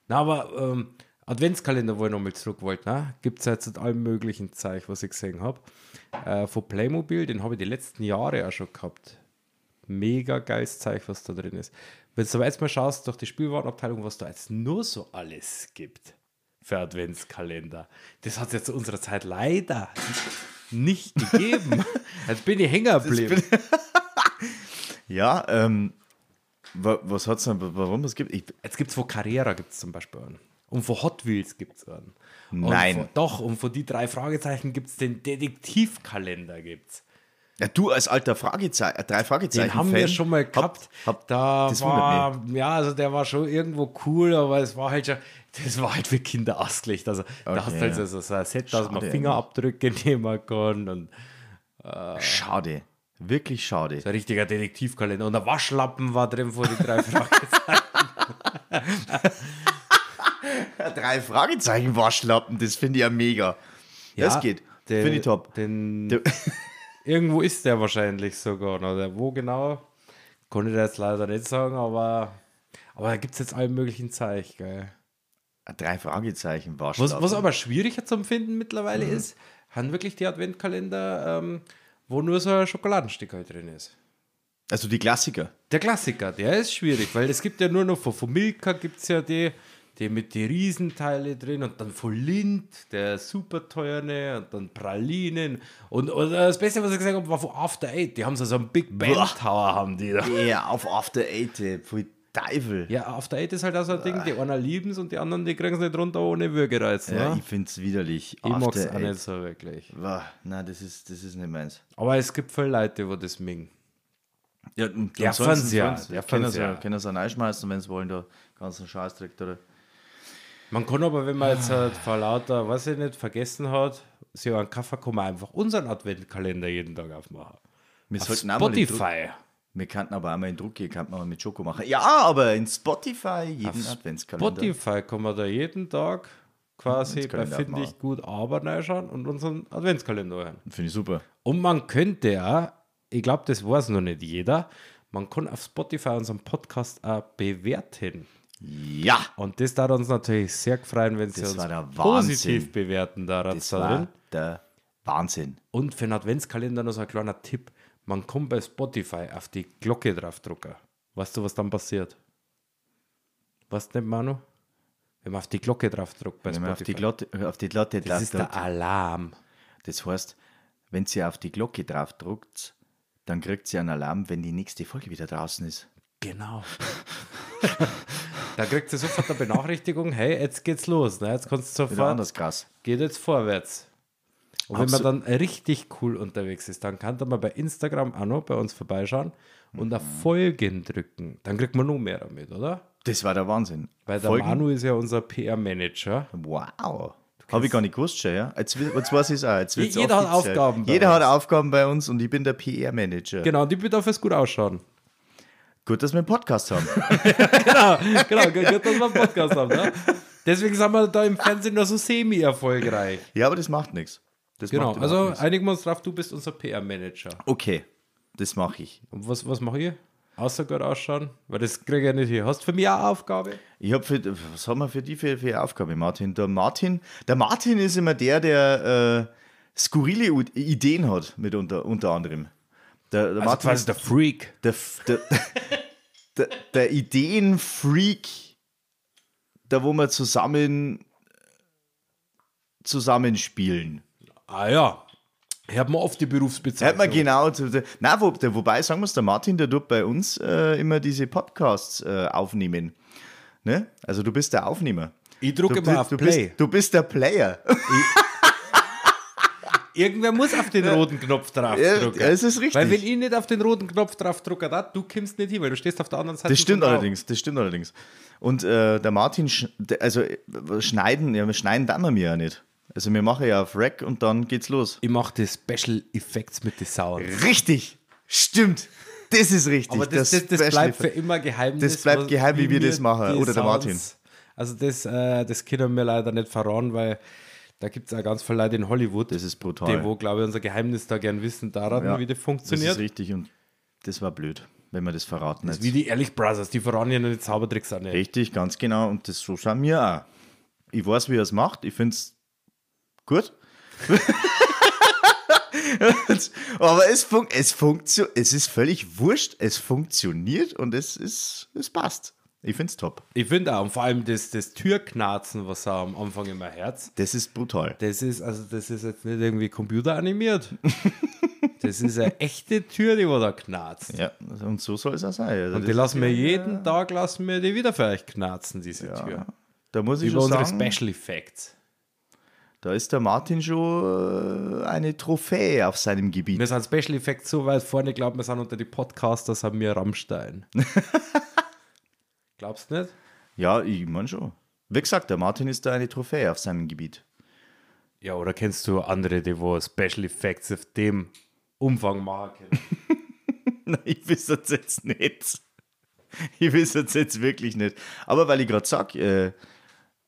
[SPEAKER 1] na, aber ähm, Adventskalender, wo ich nochmal zurück wollte, ne? gibt es jetzt in allen möglichen Zeichen, was ich gesehen habe. Äh, von Playmobil, den habe ich die letzten Jahre auch schon gehabt. mega geiles Zeug, was da drin ist. Wenn du aber jetzt mal schaust durch die Spielwarenabteilung, was da jetzt nur so alles gibt für Adventskalender, das hat es ja zu unserer Zeit leider nicht gegeben. Jetzt bin ich hängen geblieben.
[SPEAKER 2] Ja, ähm, wa, was hat's denn, wa- warum es gibt? Ich,
[SPEAKER 1] Jetzt gibt es von Carrera gibt's zum Beispiel einen. Und von Hot Wheels gibt es einen. Und
[SPEAKER 2] Nein.
[SPEAKER 1] Von, doch, und von die drei Fragezeichen gibt es den Detektivkalender. Gibt's.
[SPEAKER 2] ja, du als alter Fragezeichen, äh, drei Fragezeichen.
[SPEAKER 1] Den haben wir schon mal gehabt.
[SPEAKER 2] hab-
[SPEAKER 1] da
[SPEAKER 2] das wundert
[SPEAKER 1] war, ja, also der war schon irgendwo cool, aber es war halt schon, das war halt für Kinder ausgelegt. Also
[SPEAKER 2] Okay.
[SPEAKER 1] da hast du halt so, so, so ein Set, dass man
[SPEAKER 2] Schade
[SPEAKER 1] Fingerabdrücke nehmen kann und
[SPEAKER 2] Schade. Wirklich schade.
[SPEAKER 1] so ein richtiger Detektivkalender. Und ein Waschlappen war drin vor die drei Fragezeichen.
[SPEAKER 2] Drei Fragezeichen Waschlappen, das finde ich ja mega. das geht.
[SPEAKER 1] der-
[SPEAKER 2] Finde ich top.
[SPEAKER 1] Den,
[SPEAKER 2] Der-
[SPEAKER 1] irgendwo ist der wahrscheinlich sogar. noch. Oder wo genau? Konnte ich das leider nicht sagen, aber, aber da gibt es jetzt alle möglichen Zeichen, gell?
[SPEAKER 2] Drei Fragezeichen
[SPEAKER 1] Was,
[SPEAKER 2] Waschlappen.
[SPEAKER 1] was aber schwieriger zum Finden mittlerweile ist, haben wirklich die Adventkalender, ähm, wo nur so ein Schokoladenstück halt drin ist.
[SPEAKER 2] also die Klassiker.
[SPEAKER 1] Der Klassiker, der ist schwierig, weil es gibt ja nur noch von, von Milka gibt es ja die, die mit den Riesenteile drin und dann von Lind, der super teure und dann Pralinen und, und das Beste, was ich gesagt habe, war von After Eight. Die haben so, so einen Big Bang
[SPEAKER 2] Boah.
[SPEAKER 1] Tower, haben die da.
[SPEAKER 2] Ja, auf After Eight. äh, voll Teufel.
[SPEAKER 1] Ja, After Eight ist halt auch so ein Ding, die einen lieben es und die anderen, die kriegen es nicht runter ohne Würgereiz. Ne?
[SPEAKER 2] Ja, ich
[SPEAKER 1] ich
[SPEAKER 2] find's widerlich.
[SPEAKER 1] mag es
[SPEAKER 2] After
[SPEAKER 1] auch
[SPEAKER 2] Eight.
[SPEAKER 1] nicht so wirklich.
[SPEAKER 2] Wah, Nein, das ist, das ist nicht meins.
[SPEAKER 1] Aber es gibt viele Leute, die das mingen.
[SPEAKER 2] Ja, und
[SPEAKER 1] Ja,
[SPEAKER 2] ansonsten
[SPEAKER 1] fans ja,
[SPEAKER 2] sollen's-
[SPEAKER 1] ja,
[SPEAKER 2] können
[SPEAKER 1] fans
[SPEAKER 2] sie
[SPEAKER 1] ja.
[SPEAKER 2] ja. Können sie auch reinschmeißen, wenn sie wollen, da ganzen Scheißdreck da.
[SPEAKER 1] Man kann aber, wenn man jetzt halt vor lauter, weiß ich nicht, vergessen hat, sich einen Kaffee, kann man einfach unseren Adventkalender jeden Tag aufmachen.
[SPEAKER 2] Wir
[SPEAKER 1] Auf
[SPEAKER 2] sollten auch mal den Druck,
[SPEAKER 1] Spotify.
[SPEAKER 2] Wir könnten aber einmal den Druck gehen, könnten wir mal mit Schoko machen. Ja, aber in Spotify jeden Adventskalender.
[SPEAKER 1] Spotify kann man da jeden Tag quasi bei
[SPEAKER 2] Adventskalender
[SPEAKER 1] Finde ich
[SPEAKER 2] aufmachen.
[SPEAKER 1] gut Arbeit reinschauen und unseren Adventskalender hören.
[SPEAKER 2] Finde ich super.
[SPEAKER 1] Und man könnte ja, ich glaube, das weiß noch nicht jeder, man kann auf Spotify unseren Podcast auch bewerten.
[SPEAKER 2] Ja,
[SPEAKER 1] Und das darf uns natürlich sehr freuen, wenn Sie
[SPEAKER 2] Das
[SPEAKER 1] uns
[SPEAKER 2] war der
[SPEAKER 1] positiv
[SPEAKER 2] Wahnsinn.
[SPEAKER 1] bewerten daran
[SPEAKER 2] das war der Wahnsinn.
[SPEAKER 1] Und für den Adventskalender noch so ein kleiner Tipp. Man kann bei Spotify auf die Glocke draufdrucken. Weißt du, was dann passiert? Weißt du nicht, Manu? Wenn man auf die Glocke draufdruckt bei
[SPEAKER 2] Wenn man auf die
[SPEAKER 1] Spotify.
[SPEAKER 2] Glotte, auf die Glotte
[SPEAKER 1] das ist der
[SPEAKER 2] draufdrückt,
[SPEAKER 1] Alarm.
[SPEAKER 2] das heißt, wenn sie auf die Glocke draufdruckt, dann kriegt sie einen Alarm, wenn die nächste Folge wieder draußen ist.
[SPEAKER 1] Genau. da kriegt sie sofort eine Benachrichtigung, hey, jetzt geht's los. Ne? Jetzt kannst du
[SPEAKER 2] Wieder
[SPEAKER 1] sofort,
[SPEAKER 2] anders krass.
[SPEAKER 1] geht jetzt vorwärts. Und wenn man
[SPEAKER 2] Absolut.
[SPEAKER 1] dann richtig cool unterwegs ist, dann kann man bei Instagram auch noch bei uns vorbeischauen und
[SPEAKER 2] Mhm.
[SPEAKER 1] auf Folgen drücken. Dann kriegt man noch mehr damit, oder?
[SPEAKER 2] Das war der Wahnsinn.
[SPEAKER 1] Weil der
[SPEAKER 2] Folgen-
[SPEAKER 1] Manu ist ja unser PR-Manager.
[SPEAKER 2] Wow. Habe ich gar nicht gewusst schon, ja. Jetzt, wi- jetzt weiß ich es auch. Jetzt wird's
[SPEAKER 1] Jeder hat
[SPEAKER 2] offiziell.
[SPEAKER 1] Aufgaben bei
[SPEAKER 2] Jeder
[SPEAKER 1] uns.
[SPEAKER 2] hat Aufgaben bei uns und ich bin der PR-Manager.
[SPEAKER 1] Genau, die wird auf es gut ausschauen.
[SPEAKER 2] Gut, dass wir einen Podcast haben.
[SPEAKER 1] Genau, gut, dass wir einen Podcast haben. Ne? Deswegen sind wir da im Fernsehen nur so semi-erfolgreich.
[SPEAKER 2] ja, aber das macht nichts. Das
[SPEAKER 1] Genau,
[SPEAKER 2] macht überhaupt
[SPEAKER 1] also
[SPEAKER 2] nichts.
[SPEAKER 1] einigen wir uns drauf, du bist unser PR-Manager.
[SPEAKER 2] Okay, das mache ich.
[SPEAKER 1] Und was, was mache ich? Außer gut ausschauen, weil das kriege ich ja nicht hier. Hast du für mich auch eine Aufgabe?
[SPEAKER 2] Ich habe für, was haben wir für die für, für eine Aufgabe, Martin? Der Martin, der Martin ist immer der, der äh, skurrile U Ideen hat, mit unter, unter anderem. Der,
[SPEAKER 1] Also
[SPEAKER 2] der Martin ist
[SPEAKER 1] der Freak.
[SPEAKER 2] der, F- der, der, der Ideenfreak, da wo wir zusammen zusammenspielen.
[SPEAKER 1] Ah ja, ich habe mir oft die
[SPEAKER 2] Hört man
[SPEAKER 1] Berufsbezeichnung.
[SPEAKER 2] genau. zu- zu- Nein, wo, der, wobei, sagen wir es, der Martin, der tut bei uns äh, immer diese Podcasts äh, aufnehmen. Ne? Also du bist der Aufnehmer.
[SPEAKER 1] ich drücke
[SPEAKER 2] Du,
[SPEAKER 1] mal
[SPEAKER 2] bist-
[SPEAKER 1] auf
[SPEAKER 2] du,
[SPEAKER 1] Play.
[SPEAKER 2] Bist, du bist der Player.
[SPEAKER 1] Irgendwer muss auf den roten Knopf draufdrücken.
[SPEAKER 2] Ja, es ist richtig.
[SPEAKER 1] Weil wenn ich nicht auf den roten Knopf draufdrücke, da, du kommst nicht hin, weil du stehst auf der anderen Seite.
[SPEAKER 2] Das stimmt
[SPEAKER 1] vom Raum.
[SPEAKER 2] allerdings, das stimmt allerdings. Und äh, der Martin, sch der- also äh, schneiden, ja, wir schneiden dann wir ja nicht. Also wir machen ja auf Rack und dann geht's los.
[SPEAKER 1] Ich mache die Special Effects mit den Sounds.
[SPEAKER 2] Richtig, stimmt. Das ist richtig.
[SPEAKER 1] Aber das, das,
[SPEAKER 2] Das
[SPEAKER 1] das
[SPEAKER 2] Special
[SPEAKER 1] bleibt für
[SPEAKER 2] Effect.
[SPEAKER 1] immer geheim.
[SPEAKER 2] Das bleibt geheim, wie wir das machen. Oder der Martin.
[SPEAKER 1] Also das, äh, das können wir leider nicht verraten, weil da gibt es auch ganz viele Leute in Hollywood,
[SPEAKER 2] Das ist brutal.
[SPEAKER 1] die, wo, glaube ich, unser Geheimnis da gern wissen daran,
[SPEAKER 2] Ja,
[SPEAKER 1] wie das
[SPEAKER 2] Das ist
[SPEAKER 1] funktioniert. Das
[SPEAKER 2] richtig und das war blöd, wenn wir das verraten
[SPEAKER 1] ist wie die Ehrlich Brothers, die verraten ja nicht die Zaubertricks an.
[SPEAKER 2] Richtig, ganz genau. Und das so schauen wir auch. Ich weiß, wie er es macht. Ich finde es gut. Aber es, fun es, funktio es ist völlig wurscht. Es funktioniert und es, ist, es passt. Ich finde es top.
[SPEAKER 1] Ich finde auch, und vor allem das, das Türknarzen, was er am Anfang immer herz.
[SPEAKER 2] Das ist brutal.
[SPEAKER 1] Das ist, also das ist jetzt nicht irgendwie computeranimiert. das ist eine echte Tür, die wo da knarzt.
[SPEAKER 2] Ja, und so soll es auch sein. Also
[SPEAKER 1] Und die
[SPEAKER 2] das-
[SPEAKER 1] lassen wir jeden Tag, lassen wir die wieder für euch knarzen, diese Tür.
[SPEAKER 2] ja, da muss ich
[SPEAKER 1] Über
[SPEAKER 2] schon
[SPEAKER 1] unsere
[SPEAKER 2] sagen,
[SPEAKER 1] Special Effects.
[SPEAKER 2] da ist der Martin schon äh, eine Trophäe auf seinem Gebiet.
[SPEAKER 1] Wir sind Special Effects so weit vorne, ich glaube, wir sind unter die Podcasters, haben wir Rammstein. Glaubst du nicht?
[SPEAKER 2] Ja, ich meine schon. Wie gesagt, der Martin ist da eine Trophäe auf seinem Gebiet.
[SPEAKER 1] Ja, oder kennst du andere, die wo Special Effects auf dem Umfang machen? können?
[SPEAKER 2] Nein, ich wüsste es jetzt nicht. Ich wüsste es jetzt wirklich nicht. Aber weil ich gerade sage, äh,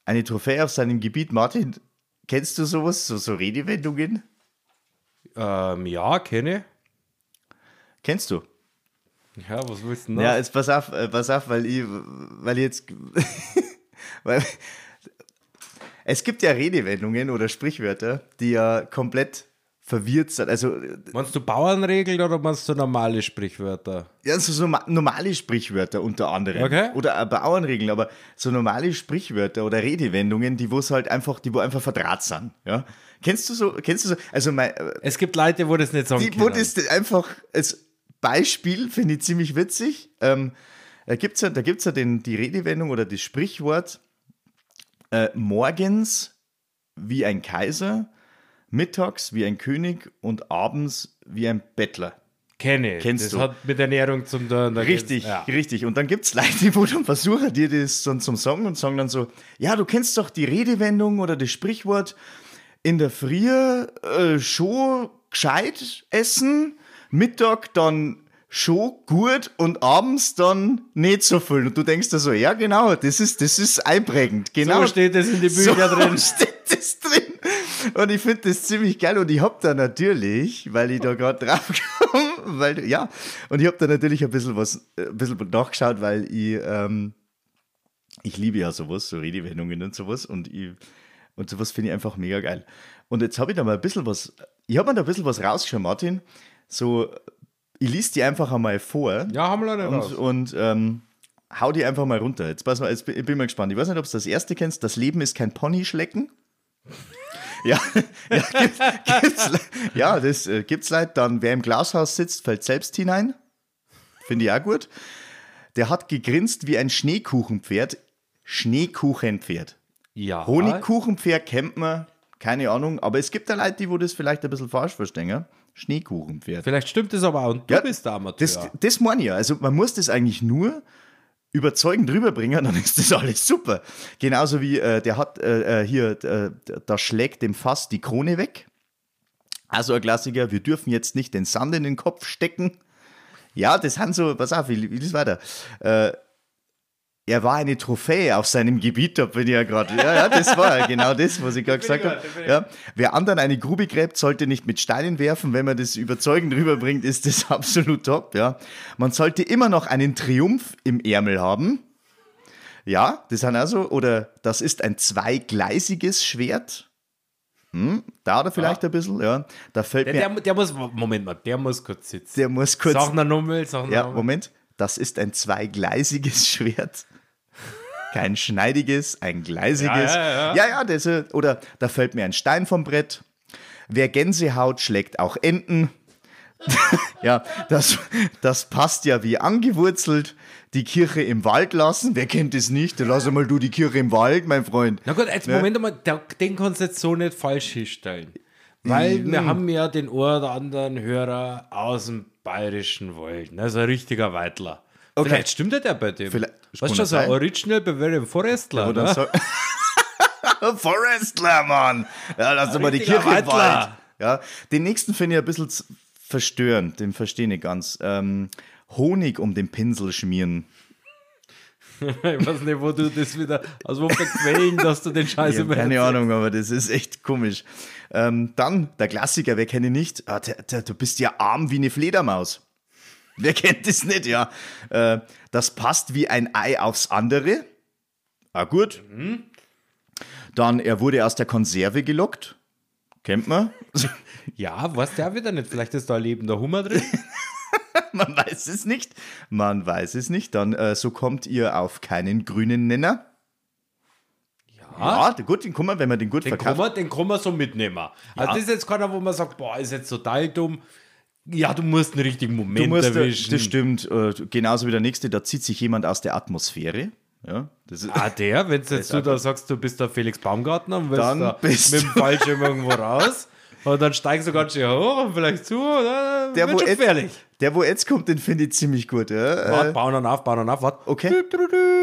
[SPEAKER 2] eine Trophäe auf seinem Gebiet, Martin, kennst du sowas? So, so Redewendungen?
[SPEAKER 1] ähm, ja, kenne
[SPEAKER 2] Kennst du?
[SPEAKER 1] ich. Ja, was willst du denn
[SPEAKER 2] Ja,
[SPEAKER 1] noch?
[SPEAKER 2] jetzt pass auf, äh, pass auf, weil ich, weil ich jetzt. weil, es gibt ja Redewendungen oder Sprichwörter, die ja komplett verwirrt sind. Also
[SPEAKER 1] Meinst du Bauernregeln oder meinst du normale Sprichwörter?
[SPEAKER 2] Ja, so, so ma- normale Sprichwörter unter anderem.
[SPEAKER 1] Okay.
[SPEAKER 2] Oder auch Bauernregeln, aber so normale Sprichwörter oder Redewendungen, die wo es halt einfach, die wo einfach verdraht sind. Ja? Kennst du so, kennst du so, also mein, äh,
[SPEAKER 1] Es gibt Leute, wo das nicht sagen
[SPEAKER 2] die
[SPEAKER 1] können.
[SPEAKER 2] wo das einfach als Beispiel, finde ich ziemlich witzig. Ähm, Da gibt es ja, da gibt's ja den, die Redewendung oder das Sprichwort, äh, morgens wie ein Kaiser, mittags wie ein König und abends wie ein Bettler.
[SPEAKER 1] Kenne.
[SPEAKER 2] Kennst
[SPEAKER 1] das
[SPEAKER 2] du.
[SPEAKER 1] hat mit Ernährung zum tun. da
[SPEAKER 2] Richtig,
[SPEAKER 1] geht's- Ja.
[SPEAKER 2] richtig. Und dann gibt es Leute, die dann versuchen, dir das dann zum Song und sagen dann so: Ja, du kennst doch die Redewendung oder das Sprichwort in der Früh äh, schon gescheit essen, Mittag dann schon gut und abends dann nicht so viel. Und du denkst dir so: Ja, genau, das ist, das ist einprägend. Genau
[SPEAKER 1] So steht es in den Büchern
[SPEAKER 2] so
[SPEAKER 1] drin.
[SPEAKER 2] steht das drin. Und ich finde das ziemlich geil. Und ich habe da natürlich, weil ich da gerade drauf komme, weil, ja, und ich habe da natürlich ein bisschen was, äh, ein bisschen nachgeschaut, weil ich, ähm, ich liebe ja sowas, so Redewendungen und sowas. Und, ich, und sowas finde ich einfach mega geil. Und jetzt habe ich da mal ein bisschen was, ich habe mir da ein bisschen was rausgeschaut, Martin. So, ich liest die einfach einmal vor
[SPEAKER 1] Ja, haben wir leider
[SPEAKER 2] und,
[SPEAKER 1] raus.
[SPEAKER 2] und ähm, hau die einfach mal runter. Jetzt, pass mal, jetzt bin ich bin mal gespannt. Ich weiß nicht, ob du das erste kennst. Das Leben ist kein Ponyschlecken. ja, ja, gibt's, gibt's, Le- ja, das äh, gibt's leid. Dann, wer im Glashaus sitzt, fällt selbst hinein. Finde ich auch gut. Der hat gegrinst wie ein Schneekuchenpferd. Schneekuchenpferd.
[SPEAKER 1] Ja.
[SPEAKER 2] Honigkuchenpferd kennt man, keine Ahnung, aber es gibt da Leute, die wo das vielleicht ein bisschen falsch verstehen. Schneekuchenpferd.
[SPEAKER 1] Vielleicht stimmt es aber auch und du
[SPEAKER 2] Ja,
[SPEAKER 1] bist der Amateur.
[SPEAKER 2] Das, das meine ich ja. Also man muss das eigentlich nur überzeugend rüberbringen, dann ist das alles super. Genauso wie äh, der hat äh, äh, hier, äh, da schlägt dem Fass die Krone weg. Also ein Klassiker, wir dürfen jetzt nicht den Sand in den Kopf stecken. Ja, das haben so, pass auf, ich lies weiter. Äh, er war eine Trophäe auf seinem Gebiet, da bin ich ja gerade. Ja, ja, das war ja genau das, was ich gerade gesagt habe. Ja, wer anderen eine Grube gräbt, sollte nicht mit Steinen werfen. Wenn man das überzeugend rüberbringt, ist das absolut top. Ja. Man sollte immer noch einen Triumph im Ärmel haben. Ja, das sind also, oder das ist ein zweigleisiges Schwert. Hm, da oder vielleicht ein bisschen, ja. Da fällt
[SPEAKER 1] der,
[SPEAKER 2] mir
[SPEAKER 1] der, der muss, Moment mal, der muss kurz sitzen.
[SPEAKER 2] der muss kurz.
[SPEAKER 1] Sag noch nochmal, sag noch
[SPEAKER 2] ja,
[SPEAKER 1] nochmal.
[SPEAKER 2] Moment. Das ist ein zweigleisiges Schwert. Kein schneidiges, ein gleisiges.
[SPEAKER 1] Ja, ja, ja.
[SPEAKER 2] das, äh, oder da fällt mir ein Stein vom Brett. Wer Gänsehaut schlägt auch Enten. ja, das, das passt ja wie angewurzelt. Die Kirche im Wald lassen. Wer kennt es nicht? Dann lass mal du die Kirche im Wald, mein Freund.
[SPEAKER 1] Na gut, jetzt Moment mal, der, den kannst du jetzt so nicht falsch hinstellen. Weil wir haben ja den einen oder anderen Hörer aus dem bayerischen Wald. Also ein richtiger Weidler.
[SPEAKER 2] Okay.
[SPEAKER 1] Vielleicht stimmt ja der bei dem.
[SPEAKER 2] Vielleicht- das
[SPEAKER 1] weißt
[SPEAKER 2] kann
[SPEAKER 1] du, so ein
[SPEAKER 2] sein.
[SPEAKER 1] Original Bavarian Forestler.
[SPEAKER 2] Oder
[SPEAKER 1] ne?
[SPEAKER 2] so. Forestler, Mann! Ja, lass doch mal die
[SPEAKER 1] Richtiger
[SPEAKER 2] Kirche im Wald.
[SPEAKER 1] Weidler.
[SPEAKER 2] Ja, den nächsten finde ich ein bisschen z- verstörend, den verstehe ich nicht ganz. Ähm, Honig um den Pinsel schmieren.
[SPEAKER 1] ich weiß nicht, wo du das wieder, aus wo für Quellen, dass du den Scheiß
[SPEAKER 2] Ich hab
[SPEAKER 1] immer
[SPEAKER 2] keine Ahnung, aber das ist echt komisch. Ähm, dann, der Klassiker, wer kenne ihn nicht? Ah, der, der, du bist ja arm wie eine Fledermaus. Wer kennt das nicht, ja? Äh, das passt wie ein Ei aufs andere. Ah, gut. Dann, er wurde aus der Konserve gelockt. Kennt man?
[SPEAKER 1] Ja, weißt du auch wieder nicht. Vielleicht ist da ein lebender Hummer drin.
[SPEAKER 2] Man weiß es nicht. Man weiß es nicht. Dann, äh, so kommt ihr auf keinen grünen Nenner.
[SPEAKER 1] Ja.
[SPEAKER 2] Ja, gut, den kann man, wenn man den gut
[SPEAKER 1] Den kann,
[SPEAKER 2] verkauft.
[SPEAKER 1] man, den kann man so mitnehmen. Also das ist jetzt keiner, wo man sagt, boah, ist jetzt total dumm. Ja, du musst einen richtigen Moment
[SPEAKER 2] Du musst,
[SPEAKER 1] erwischen.
[SPEAKER 2] das stimmt. Äh, genauso wie der nächste, da zieht sich jemand aus der Atmosphäre. Ja, das ist,
[SPEAKER 1] Ah, der, wenn jetzt du da sagst, du bist der Felix Baumgartner und willst
[SPEAKER 2] Dann
[SPEAKER 1] da
[SPEAKER 2] bist
[SPEAKER 1] mit dem Fallschirm irgendwo raus und dann steigst du ganz schön hoch und vielleicht zu, oder?
[SPEAKER 2] der,
[SPEAKER 1] Wird
[SPEAKER 2] wo
[SPEAKER 1] schon
[SPEAKER 2] jetzt,
[SPEAKER 1] gefährlich.
[SPEAKER 2] der, wo jetzt kommt, den finde ich ziemlich gut. Ja.
[SPEAKER 1] Wart,
[SPEAKER 2] Äh,
[SPEAKER 1] bauen dann auf, bauen dann auf, wart.
[SPEAKER 2] okay.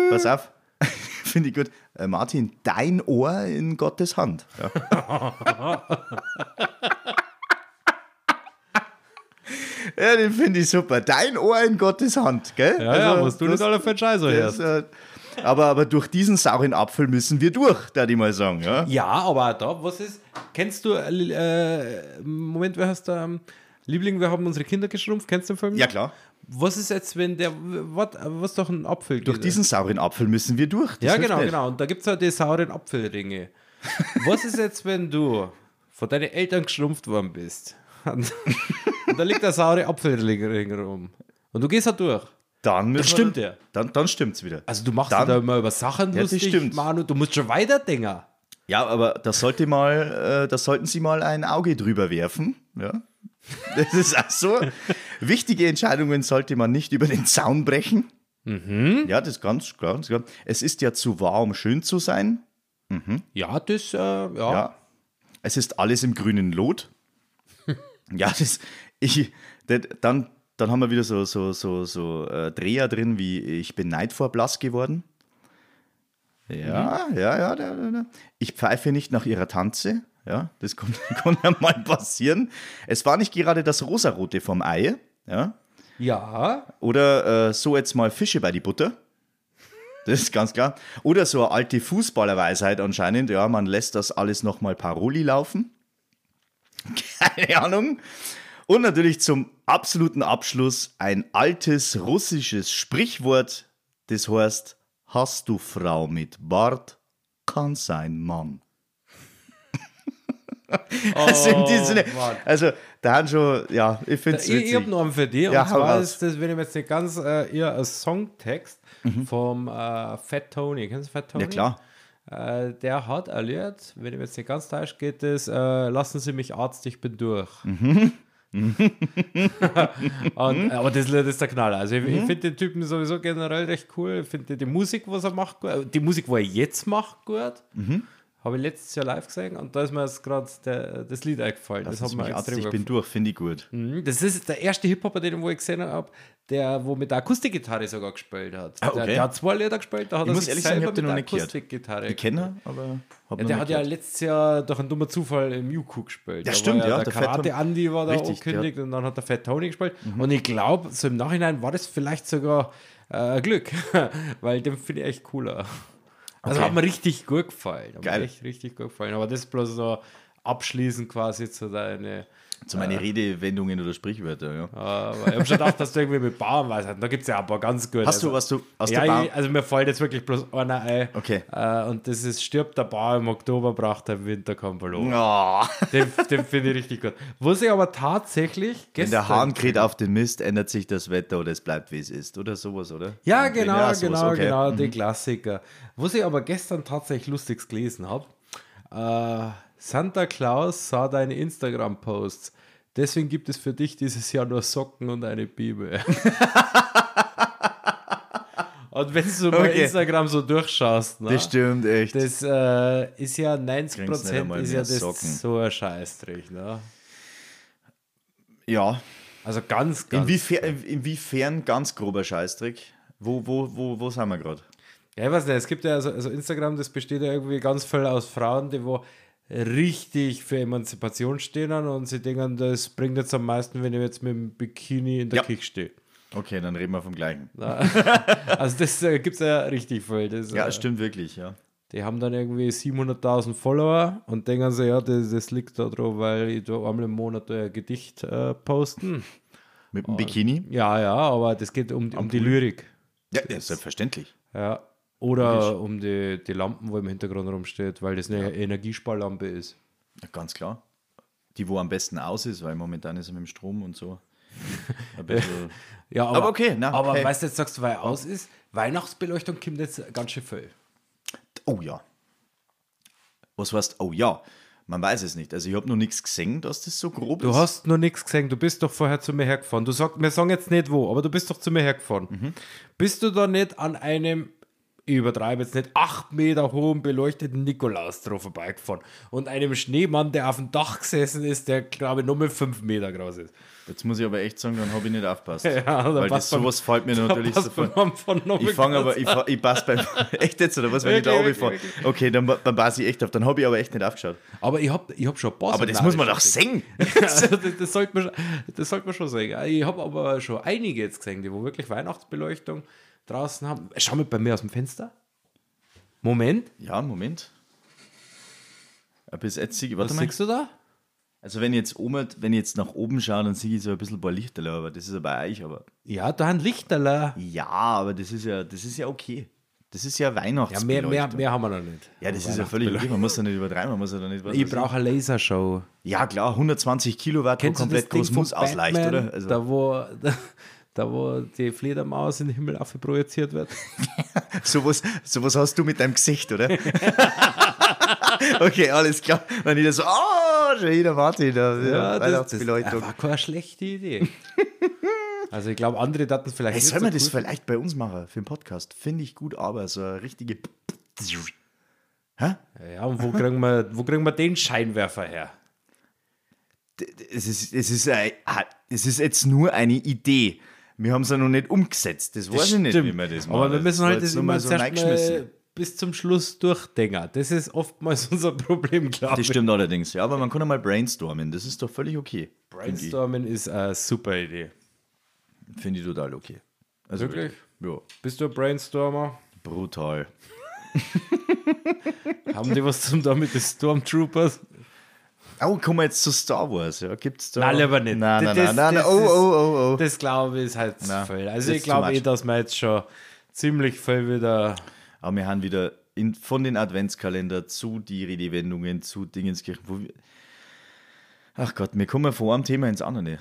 [SPEAKER 2] pass auf. finde ich gut. Äh, Martin, dein Ohr in Gottes Hand. Ja. ja, den finde ich super. Dein Ohr in Gottes Hand, gell?
[SPEAKER 1] Ja, ja, was du nicht alle für einen Scheiß
[SPEAKER 2] also das,
[SPEAKER 1] hörst.
[SPEAKER 2] äh, aber, aber durch diesen sauren Apfel müssen wir durch, da ich mal sagen. Ja?
[SPEAKER 1] Ja, aber da, was ist, kennst du, äh, Moment, wer hast da, ähm, Liebling, wir haben unsere Kinder geschrumpft, kennst du den Film?
[SPEAKER 2] Ja, klar.
[SPEAKER 1] Was ist jetzt, wenn der, was, was doch ein Apfel
[SPEAKER 2] Durch diesen sauren Apfel müssen wir durch. das
[SPEAKER 1] Ja,
[SPEAKER 2] hilft
[SPEAKER 1] genau,
[SPEAKER 2] nicht.
[SPEAKER 1] genau. Und da gibt es halt die sauren Apfelringe. Was ist jetzt, wenn du von deinen Eltern geschrumpft worden bist? Und, und da liegt der saure Apfelring rum. Und du gehst da durch.
[SPEAKER 2] Dann müssen
[SPEAKER 1] stimmt
[SPEAKER 2] wir,
[SPEAKER 1] er.
[SPEAKER 2] Dann, dann stimmt's wieder.
[SPEAKER 1] Also du machst
[SPEAKER 2] Dann-
[SPEAKER 1] dir da immer über Sachen
[SPEAKER 2] Ja, das
[SPEAKER 1] lustig,
[SPEAKER 2] stimmt.
[SPEAKER 1] Manu. Du musst schon weiterdenken.
[SPEAKER 2] Ja, aber das sollte mal, äh, das sollten Sie mal ein Auge drüber werfen. Ja. Das ist auch so. Wichtige Entscheidungen sollte man nicht über den Zaun brechen.
[SPEAKER 1] Mhm.
[SPEAKER 2] Ja, das ist ganz klar. ganz klar. Es ist ja zu wahr, um schön zu sein.
[SPEAKER 1] Ja, das, äh, ja.
[SPEAKER 2] Ja. Es ist alles im grünen Lot. ja, das, ich, das, dann, dann haben wir wieder so, so, so, so äh, Dreher drin, wie ich bin neidvoll blass geworden. Ja, ja, ja, da, da, da. Ich pfeife nicht nach ihrer Tanze. Ja, das kommt- kann ja mal passieren. Es war nicht gerade das Rosarote vom Ei. Ja.
[SPEAKER 1] Ja,
[SPEAKER 2] Oder äh, so jetzt mal Fische bei die Butter. Das ist ganz klar. Oder so eine alte Fußballerweisheit anscheinend. Ja, man lässt das alles nochmal Paroli laufen. Keine Ahnung. Und natürlich zum absoluten Abschluss ein altes russisches Sprichwort, das heißt, hast du Frau mit Bart, kann sein Mann. also in diesem Sinne,
[SPEAKER 1] Oh, Mann.
[SPEAKER 2] also da haben schon, ja, ich finde es
[SPEAKER 1] ich, ich
[SPEAKER 2] witzig.
[SPEAKER 1] habe noch einen für dich.
[SPEAKER 2] Ja,
[SPEAKER 1] und
[SPEAKER 2] hau
[SPEAKER 1] zwar
[SPEAKER 2] raus.
[SPEAKER 1] ist das, wenn ich mir jetzt nicht ganz äh, eher ein Songtext vom äh, Fat Tony. Kennst du Fat Tony?
[SPEAKER 2] Ja, klar.
[SPEAKER 1] Äh, der hat erlehrt, wenn ich mir jetzt nicht ganz täusche, geht es, äh, lassen Sie mich Arzt, ich bin durch.
[SPEAKER 2] Mhm.
[SPEAKER 1] und, äh, aber das Lied ist der Knaller. Also ich,
[SPEAKER 2] Mhm.
[SPEAKER 1] ich finde den Typen sowieso generell recht cool. Ich finde die Musik, was er macht, gut. Äh, Die Musik, wo er jetzt macht, gut.
[SPEAKER 2] Mhm.
[SPEAKER 1] Habe ich letztes Jahr live gesehen und da ist mir jetzt gerade der- das Lied eingefallen. Das,
[SPEAKER 2] Das
[SPEAKER 1] hat mir
[SPEAKER 2] mich Arzt,
[SPEAKER 1] extrem
[SPEAKER 2] ich
[SPEAKER 1] gefallen.
[SPEAKER 2] bin durch, finde ich gut.
[SPEAKER 1] Mhm, Das ist der erste Hip-Hopper, den ich gesehen habe, der wo mit der Akustikgitarre sogar gespielt hat.
[SPEAKER 2] Ah, okay.
[SPEAKER 1] der, der hat zwei Lieder gespielt, da hat
[SPEAKER 2] Ich
[SPEAKER 1] er
[SPEAKER 2] muss
[SPEAKER 1] sich
[SPEAKER 2] ehrlich
[SPEAKER 1] selber
[SPEAKER 2] sagen, ich hab
[SPEAKER 1] mit
[SPEAKER 2] den noch
[SPEAKER 1] der
[SPEAKER 2] nicht gehört.
[SPEAKER 1] Akustikgitarre
[SPEAKER 2] Ich kenne, aber
[SPEAKER 1] ja,
[SPEAKER 2] hab noch
[SPEAKER 1] der
[SPEAKER 2] nicht
[SPEAKER 1] hat ja
[SPEAKER 2] gehört.
[SPEAKER 1] letztes Jahr durch einen dummen Zufall im UQ gespielt. Da
[SPEAKER 2] Ja, stimmt,
[SPEAKER 1] war
[SPEAKER 2] ja,
[SPEAKER 1] Der,
[SPEAKER 2] der Fat
[SPEAKER 1] Karate
[SPEAKER 2] Tony.
[SPEAKER 1] Andy war da
[SPEAKER 2] Richtig, Mhm.
[SPEAKER 1] angekündigt und dann hat der Fat Tony gespielt. Und ich glaube, so im Nachhinein war das vielleicht sogar äh, Glück, weil den finde ich echt cooler. Also
[SPEAKER 2] Okay.
[SPEAKER 1] hat mir richtig gut gefallen. Hat mir
[SPEAKER 2] Geil.
[SPEAKER 1] Echt richtig gut gefallen. Aber das bloß so abschließend quasi zu deine.
[SPEAKER 2] Zu meinen Redewendungen oder Sprichwörter, ja.
[SPEAKER 1] Äh, weil ich habe schon gedacht, dass du irgendwie mit Bauernweisheiten, da gibt es ja ein paar ganz gute.
[SPEAKER 2] Hast du
[SPEAKER 1] also,
[SPEAKER 2] was du aus
[SPEAKER 1] ja,
[SPEAKER 2] der Bahn?
[SPEAKER 1] ich, also mir fällt jetzt wirklich bloß einer ein.
[SPEAKER 2] Okay.
[SPEAKER 1] Äh, und das ist, stirbt der Bauer im Oktober, braucht er im Winter kein Verlust.
[SPEAKER 2] Ja.
[SPEAKER 1] Den, den finde ich richtig gut. Was ich aber tatsächlich
[SPEAKER 2] Wenn
[SPEAKER 1] gestern...
[SPEAKER 2] der Hahn kräht auf den Mist, ändert sich das Wetter oder es bleibt wie es ist oder sowas, oder?
[SPEAKER 1] Ja, genau,
[SPEAKER 2] Ja, sowas,
[SPEAKER 1] genau,
[SPEAKER 2] okay. Mhm.
[SPEAKER 1] genau, die Klassiker. Was ich aber gestern tatsächlich lustiges gelesen habe, äh, Santa Claus sah deine Instagram-Posts. Deswegen gibt es für dich dieses Jahr nur Socken und eine Bibel. und wenn du so bei
[SPEAKER 2] Okay.
[SPEAKER 1] Instagram so durchschaust, ne,
[SPEAKER 2] Das stimmt echt.
[SPEAKER 1] das äh, ist ja 90%
[SPEAKER 2] Kriegst nicht einmal
[SPEAKER 1] ist ja
[SPEAKER 2] mehr
[SPEAKER 1] das
[SPEAKER 2] Socken.
[SPEAKER 1] so ein Scheißdreck. Ne?
[SPEAKER 2] ja.
[SPEAKER 1] Also ganz, ganz.
[SPEAKER 2] Inwiefer, inwiefern ganz grober Scheißtrick? Wo, wo, wo, wo sind wir gerade?
[SPEAKER 1] Ja, ich weiß nicht, es gibt ja, also, also Instagram, das besteht ja irgendwie ganz voll aus Frauen, die wo richtig für Emanzipation stehen und sie denken, das bringt jetzt am meisten, wenn ich jetzt mit dem Bikini in der
[SPEAKER 2] Ja.
[SPEAKER 1] Küche stehe.
[SPEAKER 2] Okay, dann reden wir vom gleichen.
[SPEAKER 1] Also das äh, gibt es ja richtig voll. Das,
[SPEAKER 2] Ja,
[SPEAKER 1] äh,
[SPEAKER 2] stimmt wirklich, ja.
[SPEAKER 1] die haben dann irgendwie 700.000 Follower und denken so, ja, das, das liegt da drauf, weil ich da einmal im Monat da ein Gedicht äh,
[SPEAKER 2] Hm.
[SPEAKER 1] posten.
[SPEAKER 2] Mit
[SPEAKER 1] Oh,
[SPEAKER 2] dem Bikini?
[SPEAKER 1] Ja, ja, aber das geht um, um die Lyrik.
[SPEAKER 2] Ja, ja, selbstverständlich.
[SPEAKER 1] Ja. Oder um die, die Lampen, wo im Hintergrund rumsteht, weil das eine Energiesparlampe ist.
[SPEAKER 2] Ja, ganz klar. Die, wo am besten aus ist, weil momentan ist er mit dem Strom und so. Ein bisschen.
[SPEAKER 1] Ja, aber,
[SPEAKER 2] Aber okay, na,
[SPEAKER 1] aber
[SPEAKER 2] okay.
[SPEAKER 1] weißt du, jetzt sagst du, weil er aus ist, Weihnachtsbeleuchtung kommt jetzt ganz schön viel.
[SPEAKER 2] Oh ja. Was heißt, oh ja? Man weiß es nicht. Also ich habe noch nichts gesehen, dass das so grob
[SPEAKER 1] Du
[SPEAKER 2] ist.
[SPEAKER 1] hast noch nichts gesehen, du bist doch vorher zu mir hergefahren. Du sagst, wir sagen jetzt nicht wo, aber du bist doch zu mir hergefahren.
[SPEAKER 2] Mhm.
[SPEAKER 1] Bist du da nicht an einem, ich übertreibe jetzt nicht, acht Meter hohen beleuchteten Nikolaus drauf vorbeigefahren und einem Schneemann, der auf dem Dach gesessen ist, der glaube ich nur mit fünf Meter groß ist.
[SPEAKER 2] Jetzt muss ich aber echt sagen, dann habe ich nicht aufpasst.
[SPEAKER 1] Ja, da
[SPEAKER 2] weil das,
[SPEAKER 1] passt beim-
[SPEAKER 2] sowas fällt mir natürlich
[SPEAKER 1] Da passt
[SPEAKER 2] sofort.
[SPEAKER 1] man von noch
[SPEAKER 2] Ich
[SPEAKER 1] mit
[SPEAKER 2] fange
[SPEAKER 1] ganz
[SPEAKER 2] aber, ich, fa- ich passe beim. echt jetzt, oder was, wenn
[SPEAKER 1] Wirklich,
[SPEAKER 2] ich da
[SPEAKER 1] wirklich,
[SPEAKER 2] runterfahre? Okay, dann, dann passe ich echt auf. Dann habe ich aber echt nicht aufgeschaut.
[SPEAKER 1] Aber ich habe ich hab schon ein paar
[SPEAKER 2] Aber das
[SPEAKER 1] Signale
[SPEAKER 2] muss man
[SPEAKER 1] schon
[SPEAKER 2] doch
[SPEAKER 1] gesehen.
[SPEAKER 2] sehen.
[SPEAKER 1] Also, das, das, sollte man, schon- das sollte man schon sagen. Ich habe aber schon einige jetzt gesehen, die wo wirklich Weihnachtsbeleuchtung draußen haben. Äh, Schau mal bei mir aus dem Fenster. Moment,
[SPEAKER 2] Ja, Moment. Ja, Bis jetzt, sieh ich-
[SPEAKER 1] was
[SPEAKER 2] warte mal.
[SPEAKER 1] siehst du da?
[SPEAKER 2] Also wenn ich jetzt oben, wenn ich jetzt nach oben schaue, dann sehe ich so ein bisschen ein paar Lichterler, aber das ist ja bei euch, aber.
[SPEAKER 1] Ja, da ein Lichterler.
[SPEAKER 2] Ja, aber das ist ja, das ist ja okay. Das ist ja
[SPEAKER 1] Ja, mehr,
[SPEAKER 2] Weihnachtsbeleuchtung.
[SPEAKER 1] mehr, mehr haben wir noch nicht.
[SPEAKER 2] Ja, das ist ja völlig okay. Man muss ja nicht übertreiben, man muss ja da nicht was
[SPEAKER 1] Ich
[SPEAKER 2] weiß
[SPEAKER 1] brauche eine Lasershow.
[SPEAKER 2] Ja, klar, 120 Kilowatt, wo
[SPEAKER 1] Kennst du das
[SPEAKER 2] komplett
[SPEAKER 1] Ding
[SPEAKER 2] groß
[SPEAKER 1] von
[SPEAKER 2] muss ausleicht,
[SPEAKER 1] Batman,
[SPEAKER 2] oder? Also,
[SPEAKER 1] Da, wo, da, da, wo die Fledermaus in den Himmel projiziert wird.
[SPEAKER 2] sowas, sowas hast du mit deinem Gesicht, oder? okay, alles klar. Dann jeder so, oh, schon jeder Martin, da, ja,
[SPEAKER 1] das, das
[SPEAKER 2] Weihnachtsbeleuchtung.
[SPEAKER 1] war keine schlechte Idee. Also ich glaube, andere Daten vielleicht
[SPEAKER 2] Hey,
[SPEAKER 1] nicht
[SPEAKER 2] soll
[SPEAKER 1] so
[SPEAKER 2] man das
[SPEAKER 1] cool.
[SPEAKER 2] vielleicht bei uns machen für den Podcast? Finde ich gut, aber so eine richtige. Hä?
[SPEAKER 1] Ja, und wo kriegen, wir, wo kriegen wir den Scheinwerfer her?
[SPEAKER 2] D- d- Es ist, es, ist ein, ah, es ist jetzt nur eine Idee. Wir haben es ja noch nicht umgesetzt. Das, weiß ich nicht, wie wir das machen.
[SPEAKER 1] Aber wir müssen
[SPEAKER 2] war
[SPEAKER 1] halt
[SPEAKER 2] jetzt
[SPEAKER 1] das
[SPEAKER 2] nur mal
[SPEAKER 1] immer so
[SPEAKER 2] reingeschmissen.
[SPEAKER 1] mal bis zum Schluss durchdenken. Das ist oftmals unser Problem, glaube
[SPEAKER 2] Das
[SPEAKER 1] ich.
[SPEAKER 2] stimmt allerdings. Ja, aber man kann ja mal brainstormen. Das ist doch völlig okay. Finde ich.
[SPEAKER 1] Brainstorming ist eine super Idee.
[SPEAKER 2] Finde ich total okay. Also
[SPEAKER 1] Wirklich?
[SPEAKER 2] Ja,
[SPEAKER 1] Bist du ein Brainstormer?
[SPEAKER 2] brutal.
[SPEAKER 1] Haben die was zum damit die Stormtroopers?
[SPEAKER 2] Oh, kommen wir jetzt zu Star Wars. Ja, gibt's da.
[SPEAKER 1] Nein, lieber nicht.
[SPEAKER 2] Nein, nein,
[SPEAKER 1] Das-
[SPEAKER 2] nein, nein,
[SPEAKER 1] das
[SPEAKER 2] Oh,
[SPEAKER 1] ist-
[SPEAKER 2] oh, oh, oh.
[SPEAKER 1] Das glaube ich ist halt zu
[SPEAKER 2] Na,
[SPEAKER 1] viel. Also
[SPEAKER 2] das
[SPEAKER 1] ich
[SPEAKER 2] ist too
[SPEAKER 1] glaube
[SPEAKER 2] much.
[SPEAKER 1] eh, dass wir jetzt schon ziemlich viel wieder.
[SPEAKER 2] Aber wir haben wieder in, von den Adventskalender zu die Redewendungen, zu Dingenskirchen. Wo wir, ach Gott, wir kommen von einem Thema ins andere.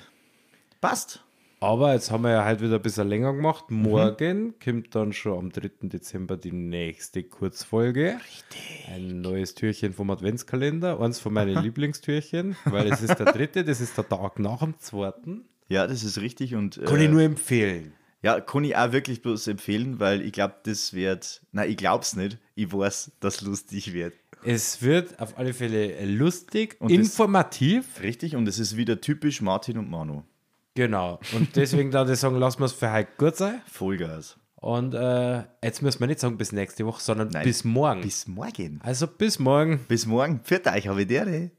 [SPEAKER 2] Passt.
[SPEAKER 1] Aber jetzt haben wir ja halt wieder ein bisschen länger gemacht. Morgen kommt dann schon am 3. Dezember die nächste Kurzfolge. Richtig. Ein neues Türchen vom Adventskalender. Eins von meinen Lieblingstürchen, weil es ist der dritte, das ist der Tag nach dem zweiten.
[SPEAKER 2] Ja, das ist richtig. Und, äh,
[SPEAKER 1] Kann ich nur empfehlen.
[SPEAKER 2] Ja, kann ich auch wirklich bloß empfehlen, weil ich glaube, das wird. Nein, ich glaub's nicht. Ich weiß, dass lustig wird.
[SPEAKER 1] Es wird auf alle Fälle lustig,
[SPEAKER 2] Und das-
[SPEAKER 1] informativ.
[SPEAKER 2] Richtig, und es ist wieder typisch Martin und Manu.
[SPEAKER 1] Genau. Und deswegen da die sagen, lassen wir es für heute gut sein.
[SPEAKER 2] Vollgas.
[SPEAKER 1] Und äh, jetzt müssen wir nicht sagen bis nächste Woche, sondern
[SPEAKER 2] Nein.
[SPEAKER 1] bis morgen.
[SPEAKER 2] Bis morgen.
[SPEAKER 1] also bis morgen.
[SPEAKER 2] Bis morgen. Pfiat euch, habe ich dir.